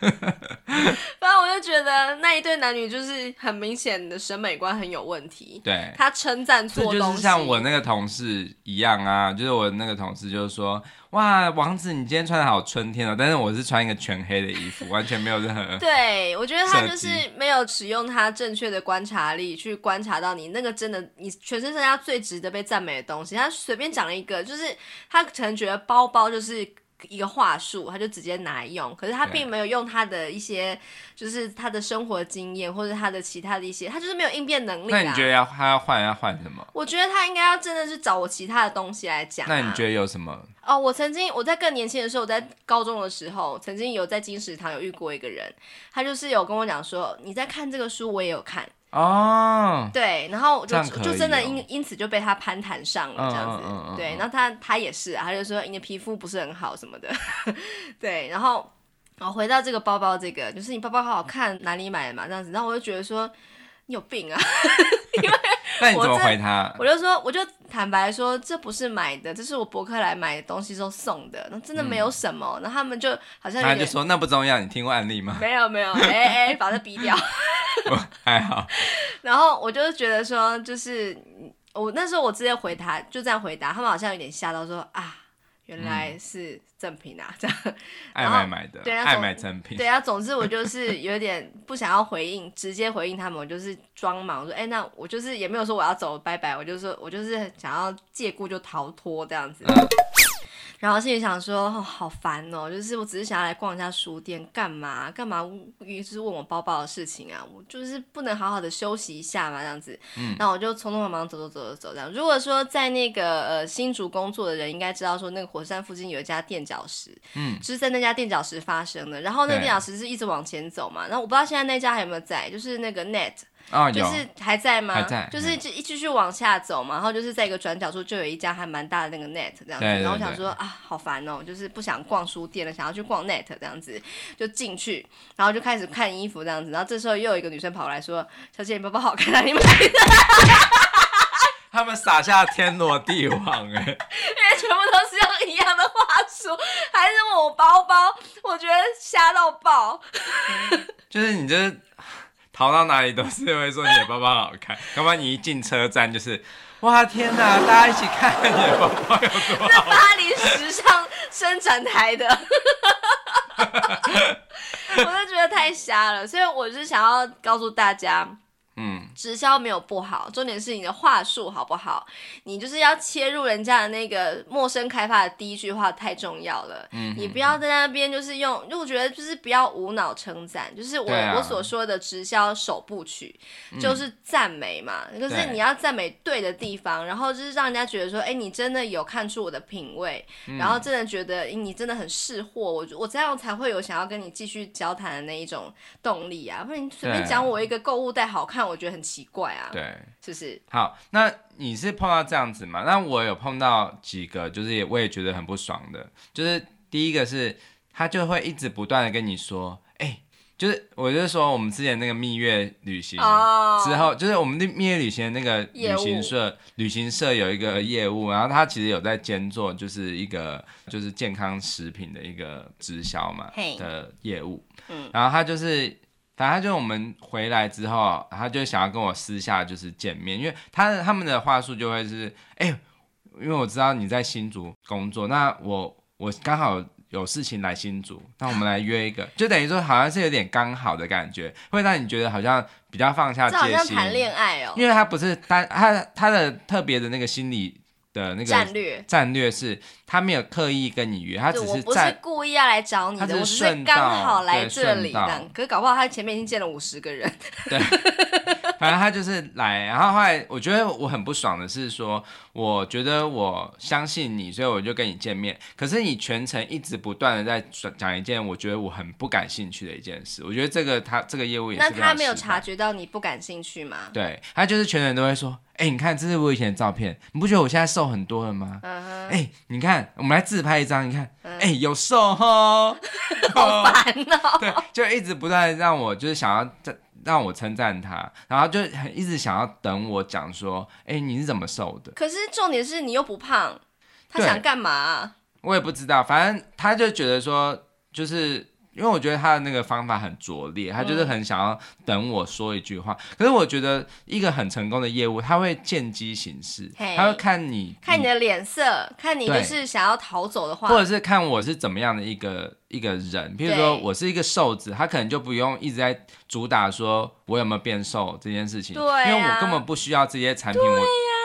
[SPEAKER 1] 反正我就觉得那一对男女就是很明显的审美观很有问题。
[SPEAKER 2] 对，
[SPEAKER 1] 他称赞
[SPEAKER 2] 这
[SPEAKER 1] 错
[SPEAKER 2] 就
[SPEAKER 1] 东
[SPEAKER 2] 是
[SPEAKER 1] 西，
[SPEAKER 2] 像我那个同事一样啊，就是我那个同事就是说，哇，王子你今天穿的好春天哦，但是我是穿一个全黑的衣服，完全没有任 (laughs) 何。
[SPEAKER 1] 对，我觉得他
[SPEAKER 2] 设
[SPEAKER 1] 就是
[SPEAKER 2] 计
[SPEAKER 1] 没有使用他正确的观察力去观察到你那个真的你全身上下最值得被赞美的东西。他随便讲了一个，就是他可能觉得包包就是。一个话术，他就直接拿来用，可是他
[SPEAKER 2] 对
[SPEAKER 1] 并没有用他的一些，就是他的生活经验或者他的其他的一些，他就是没有应变能力、啊。
[SPEAKER 2] 那你觉得要他要换要换什么？
[SPEAKER 1] 我觉得他应该要真的是找我其他的东西来讲、啊。
[SPEAKER 2] 那你觉得有什么？
[SPEAKER 1] 哦，我曾经我在更年轻的时候，我在高中的时候，曾经有在金石堂有遇过一个人，他就是有跟我讲说，你在看这个书，我也有看，
[SPEAKER 2] 哦，
[SPEAKER 1] 对，然后我就、
[SPEAKER 2] 这样可以哦
[SPEAKER 1] 就真的因因此就被他攀谈上了
[SPEAKER 2] 嗯
[SPEAKER 1] 这样子，
[SPEAKER 2] 嗯嗯嗯
[SPEAKER 1] 对，
[SPEAKER 2] 嗯
[SPEAKER 1] 然后他他也是、啊，他就说你的皮肤不是很好什么的， (laughs) 对，然后然后回到这个包包，这个就是你包包好好看，哪里买的嘛这样子，然后我就觉得说你有病啊，
[SPEAKER 2] 那你怎么
[SPEAKER 1] 我这
[SPEAKER 2] 回他？
[SPEAKER 1] 我就说，我就坦白说，这不是买的，这是我博客来买的东西时候送的，那真的没有什么。然后他们就好像有
[SPEAKER 2] 嗯他
[SPEAKER 1] 点
[SPEAKER 2] 就说那不重要，你听过案例吗？
[SPEAKER 1] 没有没有，哎哎，把它逼掉。 (laughs)
[SPEAKER 2] 还好，
[SPEAKER 1] 然后我就觉得说，就是我那时候我直接回答，就这样回答，他们好像有点吓到说啊，原
[SPEAKER 2] 嗯
[SPEAKER 1] 来是正品啊，这样。
[SPEAKER 2] 爱
[SPEAKER 1] 然后
[SPEAKER 2] 买买的
[SPEAKER 1] 对，那
[SPEAKER 2] 爱
[SPEAKER 1] 种
[SPEAKER 2] 买赠品。
[SPEAKER 1] 对啊，总之我就是有点不想要回应，直接回应他们，我就是装忙，我说哎、那我就是也没有说我要走，拜拜，我就说我就是想要借故就逃脱这样子。然后心里想说，哦、好烦哦，就是我只是想要来逛一下书店，干嘛干嘛？于是问我包包的事情啊，我就是不能好好的休息一下嘛，这样子。嗯，然后我就匆匆忙忙走走走走走这样。如果说在那个呃新竹工作的人，应该知道说那个火山附近有一家垫脚石，
[SPEAKER 2] 嗯，
[SPEAKER 1] 就是在那家垫脚石发生的。然后那个
[SPEAKER 2] 对
[SPEAKER 1] 垫脚石是一直往前走嘛，然后我不知道现在那家还有没有在，就是那个 net，
[SPEAKER 2] 哦，
[SPEAKER 1] 就
[SPEAKER 2] 有，
[SPEAKER 1] 是还在吗？
[SPEAKER 2] 还在
[SPEAKER 1] 就是就一继续往下走嘛，然后就是在一个转角处就有一家还蛮大的那个 net 这样子，
[SPEAKER 2] 对对
[SPEAKER 1] 然后我想说啊，好烦哦，就是不想逛书店了，想要去逛 net 这样子，就进去，然后就开始看衣服这样子，然后这时候又有一个女生跑过来说：“小姐，你包包好看啊，你买的。
[SPEAKER 2] 他们撒下天罗地网，哎，”
[SPEAKER 1] 全部都是用一样的话术，还是问我包包，我觉得瞎到爆。
[SPEAKER 2] 就是你就是逃到哪里都是会说你的包包好看，要不然你一进车站就是，哇天哪，大家一起看你的包包有多好，
[SPEAKER 1] 巴黎时尚伸展台的， (laughs) 我就觉得太瞎了，所以我是想要告诉大家，
[SPEAKER 2] 嗯，
[SPEAKER 1] 直销没有不好，重点是你的话术好不好？你就是要切入人家的那个陌生开发的第一句话太重要了。
[SPEAKER 2] 嗯
[SPEAKER 1] 你不要在那边就是用，因为我觉得就是不要无脑称赞，就是我、
[SPEAKER 2] 对啊嗯
[SPEAKER 1] 我所说的直销首部曲就是赞美嘛，可是
[SPEAKER 2] 对
[SPEAKER 1] 你要赞美对的地方，然后就是让人家觉得说，哎、你真的有看出我的品味，
[SPEAKER 2] 嗯
[SPEAKER 1] 然后真的觉得诶哎你真的很识货，我我这样才会有想要跟你继续交谈的那一种动力啊，不然你随便
[SPEAKER 2] 对
[SPEAKER 1] 讲我一个购物袋好看，我觉得很奇怪啊，
[SPEAKER 2] 对。
[SPEAKER 1] 是不是？
[SPEAKER 2] 好，那你是碰到这样子嘛？那我有碰到几个，就是也我也觉得很不爽的，就是。第一个是他就会一直不断的跟你说，哎、就是我就是说我们之前那个蜜月旅行。
[SPEAKER 1] 哦，
[SPEAKER 2] 嗯之后就是我们那蜜月旅行的那个
[SPEAKER 1] 业
[SPEAKER 2] 旅行
[SPEAKER 1] 务
[SPEAKER 2] 社，旅行社有一个业务，然后他其实有在兼做，就是一个就是健康食品的一个直销嘛
[SPEAKER 1] 嘿
[SPEAKER 2] 的业务。
[SPEAKER 1] 嗯，
[SPEAKER 2] 然后他就是，反正他就是我们回来之后，他就想要跟我私下就是见面，因为他的他们的话术就会是，哎、因为我知道你在新竹工作，那我我刚好。有事情来新竹，那我们来约一个， (laughs) 就等于说好像是有点刚好的感觉，会让你觉得好像比较放下
[SPEAKER 1] 这
[SPEAKER 2] 戒
[SPEAKER 1] 好
[SPEAKER 2] 心。
[SPEAKER 1] 像谈恋爱哦，
[SPEAKER 2] 因为他不是单他他的特别的那个心理的那个
[SPEAKER 1] 战略。
[SPEAKER 2] 战略是，他没有刻意跟你约，他
[SPEAKER 1] 对，
[SPEAKER 2] 只
[SPEAKER 1] 我不是
[SPEAKER 2] 站
[SPEAKER 1] 故意要来找你
[SPEAKER 2] 他只
[SPEAKER 1] 的，
[SPEAKER 2] 是
[SPEAKER 1] 我只是
[SPEAKER 2] 顺道
[SPEAKER 1] 刚好来
[SPEAKER 2] 对
[SPEAKER 1] 这里
[SPEAKER 2] 顺道
[SPEAKER 1] 的。可是搞不好他前面已经见了五十个人，
[SPEAKER 2] 反正他就是来，然后后来我觉得我很不爽的是说，我觉得我相信你，所以我就跟你见面。可是你全程一直不断的在转讲一件我觉得我很不感兴趣的一件事，我觉得这个他这个业务也是
[SPEAKER 1] 那
[SPEAKER 2] 非
[SPEAKER 1] 他
[SPEAKER 2] 常
[SPEAKER 1] 没有
[SPEAKER 2] 失败
[SPEAKER 1] 察觉到你不感兴趣吗？
[SPEAKER 2] 对他就是全程都会说，哎、你看这是我以前的照片，你不觉得我现在瘦很多了吗？
[SPEAKER 1] 嗯哼，
[SPEAKER 2] 哎、你看，我们来自拍一张，你看，哎、
[SPEAKER 1] 嗯
[SPEAKER 2] 有瘦
[SPEAKER 1] (laughs)
[SPEAKER 2] 吼，
[SPEAKER 1] 好烦哦。
[SPEAKER 2] (laughs) 对，就一直不断地让我就是想要赞让我称赞他，然后就很一直想要等我讲说，哎、你是怎么瘦的？
[SPEAKER 1] 可是重点是你又不胖，他
[SPEAKER 2] 对
[SPEAKER 1] 想干嘛啊、
[SPEAKER 2] 我也不知道，反正他就觉得说，就是因为我觉得他的那个方法很拙劣，他就是很想要等我说一句话。可是我觉得一个很成功的业务，他会见机行事，
[SPEAKER 1] 嘿
[SPEAKER 2] 他会看你
[SPEAKER 1] 看你的脸色，看你就
[SPEAKER 2] 嗯对
[SPEAKER 1] 是想要逃走的话，
[SPEAKER 2] 或者是看我是怎么样的一个一个人，譬如说
[SPEAKER 1] 对
[SPEAKER 2] 我是一个瘦子，他可能就不用一直在主打说我有没有变瘦这件事情，
[SPEAKER 1] 对啊
[SPEAKER 2] 因为我根本不需要这些产品，我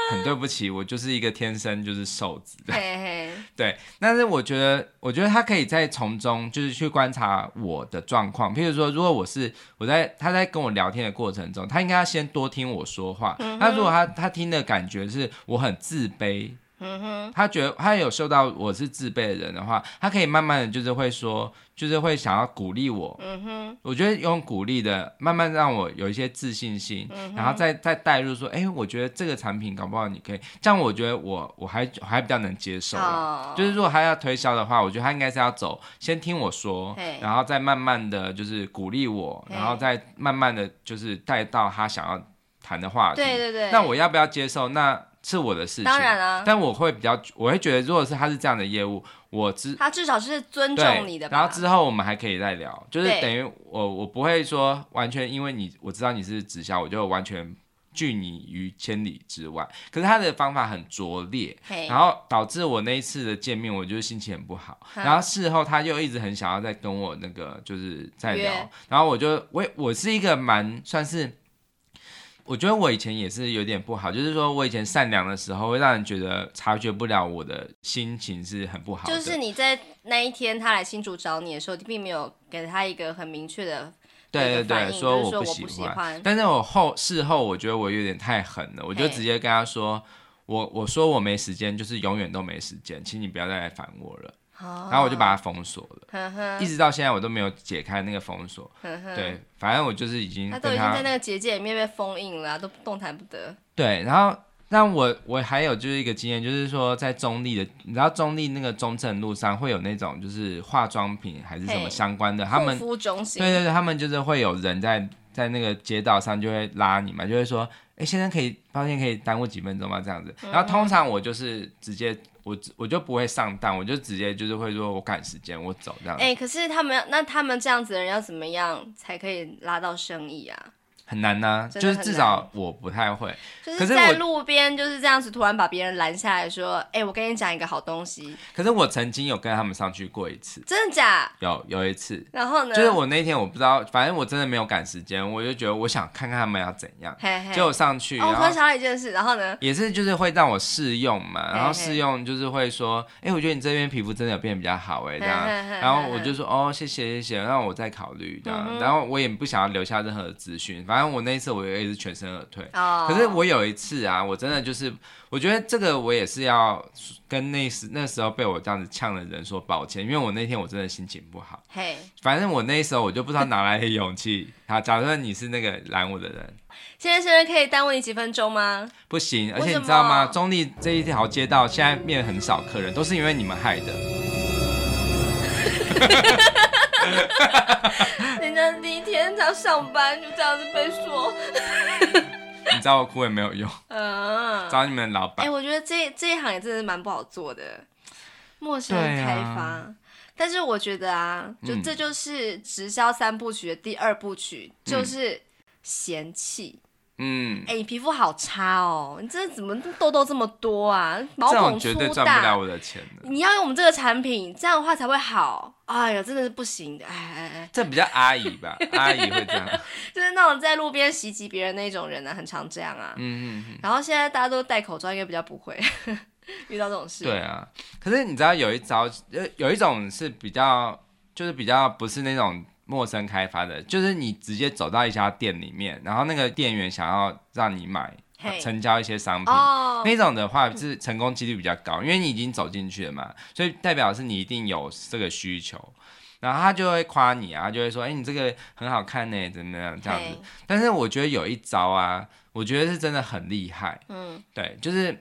[SPEAKER 2] 很对不起，我就是一个天生就是瘦子，
[SPEAKER 1] 嘿
[SPEAKER 2] (laughs)
[SPEAKER 1] 嘿，
[SPEAKER 2] 对。但是我觉得，我觉得他可以在从中就是去观察我的状况，譬如说，如果我是我在他在跟我聊天的过程中，他应该要先多听我说话，
[SPEAKER 1] 嗯
[SPEAKER 2] 那、如果他他听的感觉是我很自卑，
[SPEAKER 1] 嗯哼，
[SPEAKER 2] 他觉得他有受到我是自卑的人的话，他可以慢慢的就是会说，就是会想要鼓励我。
[SPEAKER 1] 嗯哼，
[SPEAKER 2] 我觉得用鼓励的，慢慢让我有一些自信心，
[SPEAKER 1] 嗯
[SPEAKER 2] 然后再再带入说，哎、我觉得这个产品搞不好你可以，这样我觉得我我还我还比较能接受啦。
[SPEAKER 1] 哦，
[SPEAKER 2] 就是如果他要推销的话，我觉得他应该是要走，先听我说
[SPEAKER 1] 嘿，
[SPEAKER 2] 然后再慢慢的就是鼓励我，
[SPEAKER 1] 嘿
[SPEAKER 2] 然后再慢慢的就是带到他想要谈的话题。
[SPEAKER 1] 对对对，
[SPEAKER 2] 那我要不要接受？那是我的事情。
[SPEAKER 1] 当然啊，
[SPEAKER 2] 但我会比较，我会觉得，如果是他是这样的业务，我知
[SPEAKER 1] 他至少是尊
[SPEAKER 2] 对
[SPEAKER 1] 重你的，吧，
[SPEAKER 2] 然后之后我们还可以再聊，就是
[SPEAKER 1] 对
[SPEAKER 2] 等于我我不会说完全因为你我知道你是直销，我就完全拒你于千里之外。可是他的方法很拙劣，
[SPEAKER 1] 嘿，
[SPEAKER 2] 然后导致我那一次的见面，我就是心情很不好。
[SPEAKER 1] 嗯
[SPEAKER 2] 然后事后他又一直很想要再跟我那个就是再聊
[SPEAKER 1] 约，
[SPEAKER 2] 然后我就我也我是一个蛮算是，我觉得我以前也是有点不好，就是说我以前善良的时候会让人觉得察觉不了我的心情是很不好的，
[SPEAKER 1] 就是你在那一天他来新竹找你的时候，你并没有给他一个很明确的那
[SPEAKER 2] 对对
[SPEAKER 1] 个反
[SPEAKER 2] 对，
[SPEAKER 1] 应，
[SPEAKER 2] 说
[SPEAKER 1] 就是
[SPEAKER 2] 不
[SPEAKER 1] 我
[SPEAKER 2] 喜
[SPEAKER 1] 不欢，
[SPEAKER 2] 但是我后事后，我觉得我有点太狠了，我就
[SPEAKER 1] 嘿
[SPEAKER 2] 直接跟他说，我我说我没时间，就是永远都没时间，请你不要再来烦我了。
[SPEAKER 1] 然
[SPEAKER 2] 然后我就把他封锁了，
[SPEAKER 1] 哼哼
[SPEAKER 2] 一直到现在我都没有解开那个封锁。
[SPEAKER 1] 哼哼，
[SPEAKER 2] 对，反正我就是已
[SPEAKER 1] 嗯
[SPEAKER 2] 经
[SPEAKER 1] 他
[SPEAKER 2] 跟
[SPEAKER 1] 都已经在那个结界里面被封印了啊、都动弹不得。
[SPEAKER 2] 对，然后那我我还有就是一个经验，就是说在中立的，你知道中立那个中正路上会有那种就是化妆品还是什么
[SPEAKER 1] 嘿
[SPEAKER 2] 相关的，他们
[SPEAKER 1] 护肤中心，
[SPEAKER 2] 对啊对对，他们就是会有人在在那个街道上就会拉你嘛，就会说，哎，先生可以，抱歉可以耽误几分钟吗？这样子。然后
[SPEAKER 1] 嗯
[SPEAKER 2] 通常我就是直接我我就不会上当，我就直接就是会说我赶时间，我走这样子
[SPEAKER 1] 哎、可是他们那他们这样子的人要怎么样才可以拉到生意啊？
[SPEAKER 2] 很难呐、
[SPEAKER 1] 真
[SPEAKER 2] 就
[SPEAKER 1] 的
[SPEAKER 2] 是
[SPEAKER 1] 很
[SPEAKER 2] 至
[SPEAKER 1] 难
[SPEAKER 2] 少我不太会。
[SPEAKER 1] 就
[SPEAKER 2] 可
[SPEAKER 1] 是
[SPEAKER 2] 是
[SPEAKER 1] 在
[SPEAKER 2] 我
[SPEAKER 1] 路边就是这样子，突然把别人拦下来说：“哎、我跟你讲一个好东西，
[SPEAKER 2] 可是我曾经有跟他们上去过一次，
[SPEAKER 1] 真的假
[SPEAKER 2] 有有一次？”，
[SPEAKER 1] 然后呢？
[SPEAKER 2] 就是我那天我不知道，反正我真的没有赶时间，我就觉得我想看看他们要怎样，
[SPEAKER 1] 嘿嘿，
[SPEAKER 2] 结果上去，
[SPEAKER 1] 哦，我
[SPEAKER 2] 然
[SPEAKER 1] 突
[SPEAKER 2] 后
[SPEAKER 1] 然想到一件事，然后呢？
[SPEAKER 2] 也是就是会让我试用嘛，
[SPEAKER 1] 嘿
[SPEAKER 2] 然
[SPEAKER 1] 嘿
[SPEAKER 2] 后试用就是会说，哎、我觉得你这边皮肤真的有变比较好哎、这样
[SPEAKER 1] 嘿嘿嘿，
[SPEAKER 2] 然后
[SPEAKER 1] 嘿
[SPEAKER 2] 我
[SPEAKER 1] 嘿
[SPEAKER 2] 就说哦，谢谢谢谢，让我再考虑这样
[SPEAKER 1] 嗯，哼
[SPEAKER 2] 然后我也不想要留下任何的资讯，反正我那一次我也是全身而退。
[SPEAKER 1] 哦，
[SPEAKER 2] 可是我有一次啊，我真的就是，我觉得这个我也是要跟那时那时候被我这样子呛的人说抱歉，因为我那天我真的心情不好。
[SPEAKER 1] 嘿，
[SPEAKER 2] 反正我那时候我就不知道哪来的勇气。好，假设你是那个拦我的人，
[SPEAKER 1] 先生可以耽误你几分钟吗？
[SPEAKER 2] 不行，而
[SPEAKER 1] 为
[SPEAKER 2] 且
[SPEAKER 1] 什
[SPEAKER 2] 你知道吗？
[SPEAKER 1] 么
[SPEAKER 2] 中立这一条街道现在变得很少客人，都是因为你们害的。
[SPEAKER 1] 人家第一天他上班就这样子被说，
[SPEAKER 2] 你知道我哭也没
[SPEAKER 1] (laughs)
[SPEAKER 2] 有用，
[SPEAKER 1] 嗯、
[SPEAKER 2] 找你们老
[SPEAKER 1] 哎、
[SPEAKER 2] 板。
[SPEAKER 1] 我觉得这这一行也真的是蛮不好做的，陌生人
[SPEAKER 2] 对啊
[SPEAKER 1] 开发。但是我觉得啊，就
[SPEAKER 2] 嗯
[SPEAKER 1] 这就是直销三部曲的第二部曲，就是嫌弃。
[SPEAKER 2] 嗯，
[SPEAKER 1] 哎、你皮肤好差哦，你真的怎么痘痘这么多啊？毛
[SPEAKER 2] 这
[SPEAKER 1] 孔
[SPEAKER 2] 种绝
[SPEAKER 1] 粗
[SPEAKER 2] 对赚不了
[SPEAKER 1] 大。
[SPEAKER 2] 我的钱的，
[SPEAKER 1] 你要用我们这个产品，这样的话才会好。哎呀，真的是不行的，哎哎哎。
[SPEAKER 2] 这比较阿姨吧，阿姨会这样。
[SPEAKER 1] 就是那种在路边袭击别人那种人呢、很常这样啊。
[SPEAKER 2] 嗯嗯嗯，
[SPEAKER 1] 然后现在大家都戴口罩，应该比较不会 (laughs) 遇到这种事。
[SPEAKER 2] 对，啊。可是你知道有一招，呃，有一种是比较，就是比较不是那种陌生开发的，就是你直接走到一家店里面，然后那个店员想要让你买
[SPEAKER 1] 嘿，
[SPEAKER 2] 成交一些商品。
[SPEAKER 1] 哦，
[SPEAKER 2] 那种的话是成功几率比较高，因为你已经走进去了嘛，所以代表是你一定有这个需求，然后他就会夸你啊，他就会说，哎、你这个很好看呢，怎么样这样子
[SPEAKER 1] 嘿。
[SPEAKER 2] 但是我觉得有一招啊，我觉得是真的很厉害，
[SPEAKER 1] 嗯，
[SPEAKER 2] 对，就是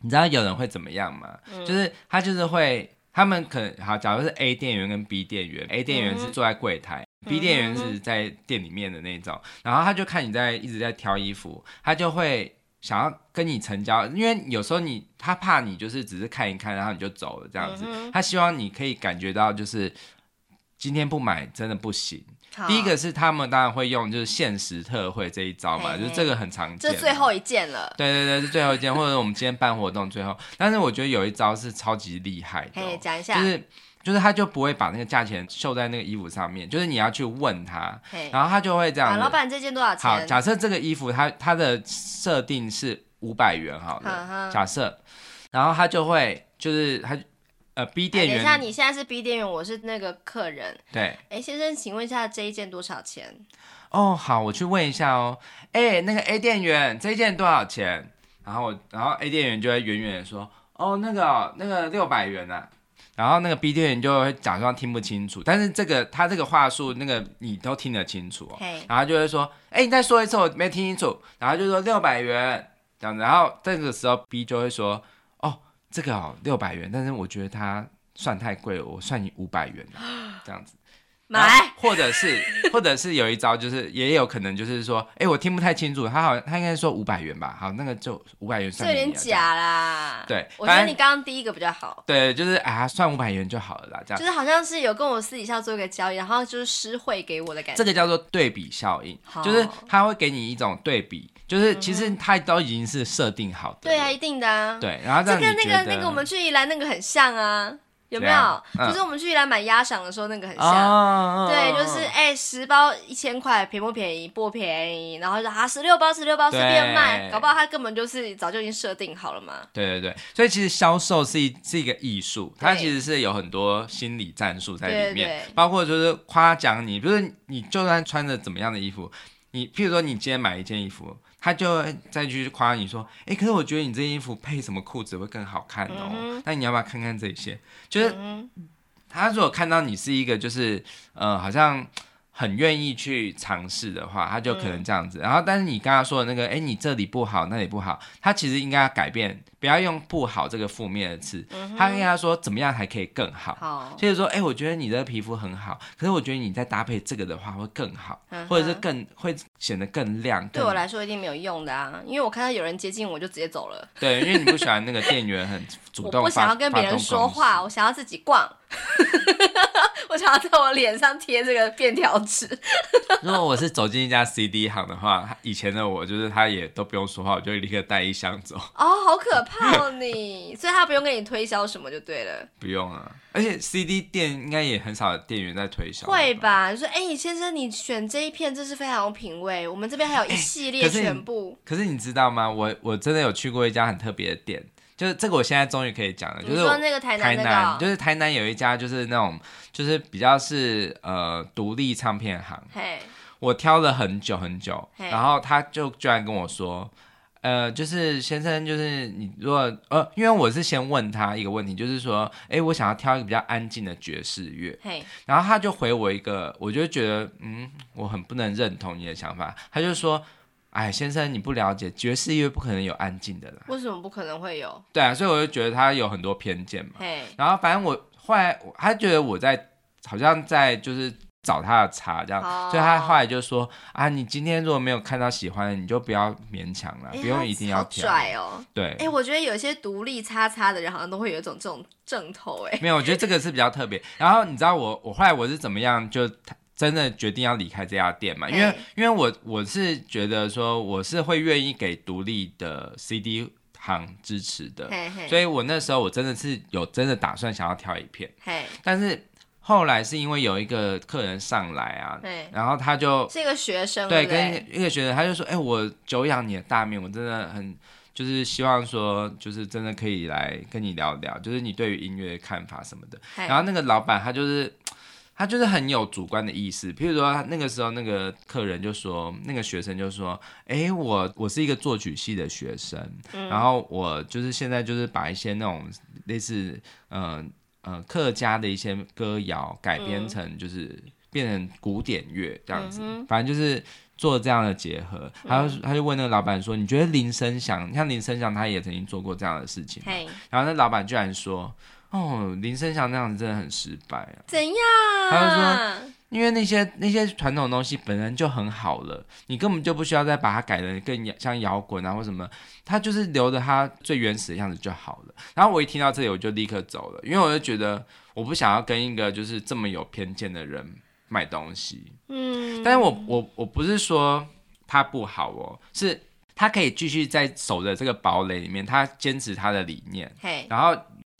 [SPEAKER 2] 你知道有人会怎么样吗？
[SPEAKER 1] 嗯
[SPEAKER 2] 就是他就是会，他们可能好，假如是 A 店员跟 B 店员，A 店员
[SPEAKER 1] 嗯
[SPEAKER 2] 是
[SPEAKER 1] 哼
[SPEAKER 2] 坐在柜台。B 店员是在店里面的那种，然后他就看你在一直在挑衣服，他就会想要跟你成交，因为有时候你他怕你就是只是看一看，然后你就走了这样子，
[SPEAKER 1] 嗯哼
[SPEAKER 2] 他希望你可以感觉到就是今天不买真的不行。
[SPEAKER 1] 好
[SPEAKER 2] 第一个是他们当然会用就是限时特惠这一招嘛，
[SPEAKER 1] 嘿嘿
[SPEAKER 2] 就是这个很常见
[SPEAKER 1] 这
[SPEAKER 2] 嘛。
[SPEAKER 1] 最后一件了，
[SPEAKER 2] 对对对，是最后一件，或者我们今天办活动最后。但是我觉得有一招是超级厉害的哦、
[SPEAKER 1] 嘿，讲一下
[SPEAKER 2] 就，是就是他就不会把那个价钱绣在那个衣服上面，就是你要去问他，
[SPEAKER 1] 嘿，
[SPEAKER 2] 然后他就会这样
[SPEAKER 1] 啊，
[SPEAKER 2] 子。
[SPEAKER 1] 老板这件多少
[SPEAKER 2] 好，
[SPEAKER 1] 钱？
[SPEAKER 2] 假设这个衣服它它的设定是五百元好
[SPEAKER 1] 嗯
[SPEAKER 2] 了，
[SPEAKER 1] 哼
[SPEAKER 2] 假设，然后他就会就是他呃 B 店
[SPEAKER 1] 哎等一
[SPEAKER 2] 员
[SPEAKER 1] 下，你现在是 B 店员，我是那个客人。
[SPEAKER 2] 对
[SPEAKER 1] 哎，先生，请问一下这一件多少钱？
[SPEAKER 2] 哦，好，我去问一下哦。哎，那个 A 店员这一件多少钱？然后我，然后 A 店员就会远远的说，哦，那个哦那个六百元啊。然后那个 B 店员就会假装听不清楚，但是这个他这个话术，那个你都听得清楚哦。
[SPEAKER 1] 嘿，
[SPEAKER 2] 然后就会说，哎，你再说一次，我没听清楚。然后就说六百元这样子。然后这个时候 B 就会说，哦，这个哦六百元，但是我觉得它算太贵了，我算你五百元啊这样子。然后
[SPEAKER 1] 买，
[SPEAKER 2] 或者是 (laughs) 或者是有一招，就是也有可能就是说，哎、我听不太清楚，他好像他应该说五百元吧，好，那个就五百元
[SPEAKER 1] 这
[SPEAKER 2] 算
[SPEAKER 1] 有
[SPEAKER 2] 给你
[SPEAKER 1] 点
[SPEAKER 2] 了这样。
[SPEAKER 1] 假啦。
[SPEAKER 2] 对
[SPEAKER 1] 我觉
[SPEAKER 2] 反
[SPEAKER 1] 得
[SPEAKER 2] 正
[SPEAKER 1] 你刚刚第一个比较好。
[SPEAKER 2] 对，就是啊，算五百元就好了啦，这样
[SPEAKER 1] 就。是好像是有跟我私底下做一个交易，然后就是施惠给我的感觉。
[SPEAKER 2] 这个叫做对比效应，
[SPEAKER 1] 好嗯
[SPEAKER 2] 就是他会给你一种对比，就是其实他都已经是设定好的。
[SPEAKER 1] 对啊，一定的啊。，
[SPEAKER 2] 对，然后
[SPEAKER 1] 这
[SPEAKER 2] 让
[SPEAKER 1] 跟
[SPEAKER 2] 你
[SPEAKER 1] 那
[SPEAKER 2] 觉得
[SPEAKER 1] 个那个我们去宜兰那个很像啊，有没有
[SPEAKER 2] 怎样？嗯
[SPEAKER 1] 就是我们去宜兰买鸭赏的时候那个很像。
[SPEAKER 2] 哦，
[SPEAKER 1] 对，就是哎，十、包一千块，便不便宜？不便宜。然后就啊，十六包，十六包随便卖，
[SPEAKER 2] 对
[SPEAKER 1] 搞不好他根本就是早就已经设定好了嘛。
[SPEAKER 2] 对对对，所以其实销售是一是一个艺术，它
[SPEAKER 1] 对
[SPEAKER 2] 其实是有很多心理战术在里面，
[SPEAKER 1] 对对
[SPEAKER 2] 包括就是夸奖你，不是你就算穿着怎么样的衣服，你譬如说你今天买一件衣服，他就会再去夸你说，哎、可是我觉得你这件衣服配什么裤子会更好看哦，
[SPEAKER 1] 嗯哼
[SPEAKER 2] 那你要不要看看这些？就是
[SPEAKER 1] 嗯哼，
[SPEAKER 2] 他如果看到你是一个就是呃，好像很愿意去尝试的话，他就可能这样
[SPEAKER 1] 嗯
[SPEAKER 2] 子。然后，但是你刚刚说的那个，哎、你这里不好，那里不好，他其实应该要改变，不要用不好这个负面的词，他应该要说怎么样还可以更好。
[SPEAKER 1] 嗯好，
[SPEAKER 2] 所以说，哎、我觉得你的皮肤很好，可是我觉得你再搭配这个的话会更好，
[SPEAKER 1] 嗯哼
[SPEAKER 2] 或者是更会显得更亮。
[SPEAKER 1] 对
[SPEAKER 2] 更
[SPEAKER 1] 我来说一定没有用的啊，因为我看到有人接近我就直接走了，
[SPEAKER 2] 对，因为你不喜欢那个店员很主
[SPEAKER 1] 我
[SPEAKER 2] 动，
[SPEAKER 1] 不想要跟别人说。话，我想要自己逛， (laughs) 我想要在我脸上贴这个便条纸。
[SPEAKER 2] (laughs) 如果我是走进一家 CD 行的话，以前的我就是他也都不用说话，我就立刻带一箱走，
[SPEAKER 1] 哦，好可怕哦你！ (laughs) 所以他不用跟你推销什么就对了，
[SPEAKER 2] 不用了。而且 CD 店应该也很少有店员在推销，
[SPEAKER 1] 会？吧？就说，哎、先生，你选这一片真是非常有品味，我们这边还有一系列
[SPEAKER 2] 可是你
[SPEAKER 1] 全部。
[SPEAKER 2] 可是你知道吗？我我真的有去过一家很特别的店，就是这个我现在终于可以讲了，就
[SPEAKER 1] 你
[SPEAKER 2] 是
[SPEAKER 1] 说
[SPEAKER 2] 我
[SPEAKER 1] 那个台
[SPEAKER 2] 台
[SPEAKER 1] 南那
[SPEAKER 2] 南，
[SPEAKER 1] 个
[SPEAKER 2] 就
[SPEAKER 1] 哦，
[SPEAKER 2] 是台南有一家就是那种就是比较是呃独立唱片行，
[SPEAKER 1] 嘿，
[SPEAKER 2] 我挑了很久很久，
[SPEAKER 1] 嘿
[SPEAKER 2] 然后他就居然跟我说，呃，就是先生，就是你如果呃，因为我是先问他一个问题，就是说，哎，我想要挑一个比较安静的爵士乐，
[SPEAKER 1] 嘿，
[SPEAKER 2] 然后他就回我一个，我就觉得，嗯，我很不能认同你的想法，他就说。哎，先生，你不了解爵士乐不可能有安静的啦。
[SPEAKER 1] 为什么不可能会
[SPEAKER 2] (laughs)
[SPEAKER 1] 有？
[SPEAKER 2] 对啊，所以我就觉得他有很多偏见嘛。
[SPEAKER 1] 嘿，哎
[SPEAKER 2] 然后反正我后来我他觉得我在好像在就是找他的茬这样，
[SPEAKER 1] 哦
[SPEAKER 2] 所以他后来就说啊，你今天如果没有看到喜欢的，你就不要勉强了，
[SPEAKER 1] 哎
[SPEAKER 2] 不用
[SPEAKER 1] 他
[SPEAKER 2] 一定要
[SPEAKER 1] 好
[SPEAKER 2] 挑。
[SPEAKER 1] 拽哦。
[SPEAKER 2] 对，
[SPEAKER 1] 哎、我觉得有一些独立叉叉的人，好像都会有一种这种正头哎、
[SPEAKER 2] 没有，我觉得这个是比较特别。然后你知道我我后来我是怎么样就真的决定要离开这家店嘛？因为
[SPEAKER 1] 嘿
[SPEAKER 2] 因为我我是觉得说我是会愿意给独立的 CD 行支持的，
[SPEAKER 1] 嘿嘿，
[SPEAKER 2] 呃所以我那时候我真的是有真的打算想要挑一片，
[SPEAKER 1] 嘿，
[SPEAKER 2] 但是后来是因为有一个客人上来啊，
[SPEAKER 1] 嘿，
[SPEAKER 2] 然后他就是
[SPEAKER 1] 一个学生，
[SPEAKER 2] 对
[SPEAKER 1] 不对？
[SPEAKER 2] 跟一个学生他就说，哎、我久仰你的大名，我真的很。就是希望说，就是真的可以来跟你聊聊，就是你对于音乐的看法什么的。
[SPEAKER 1] 嘿
[SPEAKER 2] 然后那个老板他就是他就是很有主观的意识，譬如说他那个时候那个客人就说，那个学生就说，哎，我我是一个作曲系的学生，
[SPEAKER 1] 嗯
[SPEAKER 2] 然后我就是现在就是把一些那种类似呃呃客家的一些歌谣改编成就是。变成古典乐这样子，
[SPEAKER 1] 嗯
[SPEAKER 2] 反正就是做这样的结合。他就他就问那个老板说：“你觉得林声祥，像林声祥，他也曾经做过这样的事情吗
[SPEAKER 1] 嘿，
[SPEAKER 2] 然后那老板居然说：“哦，林声祥那样子真的很失败啊，
[SPEAKER 1] 怎样？
[SPEAKER 2] 他因为那些那些传统的东西本身就很好了，你根本就不需要再把它改的更摇像摇滚啊或什么，它就是留着它最原始的样子就好了。”然后我一听到这里，我就立刻走了，因为我就觉得我不想要跟一个就是这么有偏见的人买东西。
[SPEAKER 1] 嗯，
[SPEAKER 2] 但是我我我不是说他不好哦，是他可以继续在守着这个堡垒里面，他坚持他的理念。
[SPEAKER 1] 嘿，
[SPEAKER 2] 然后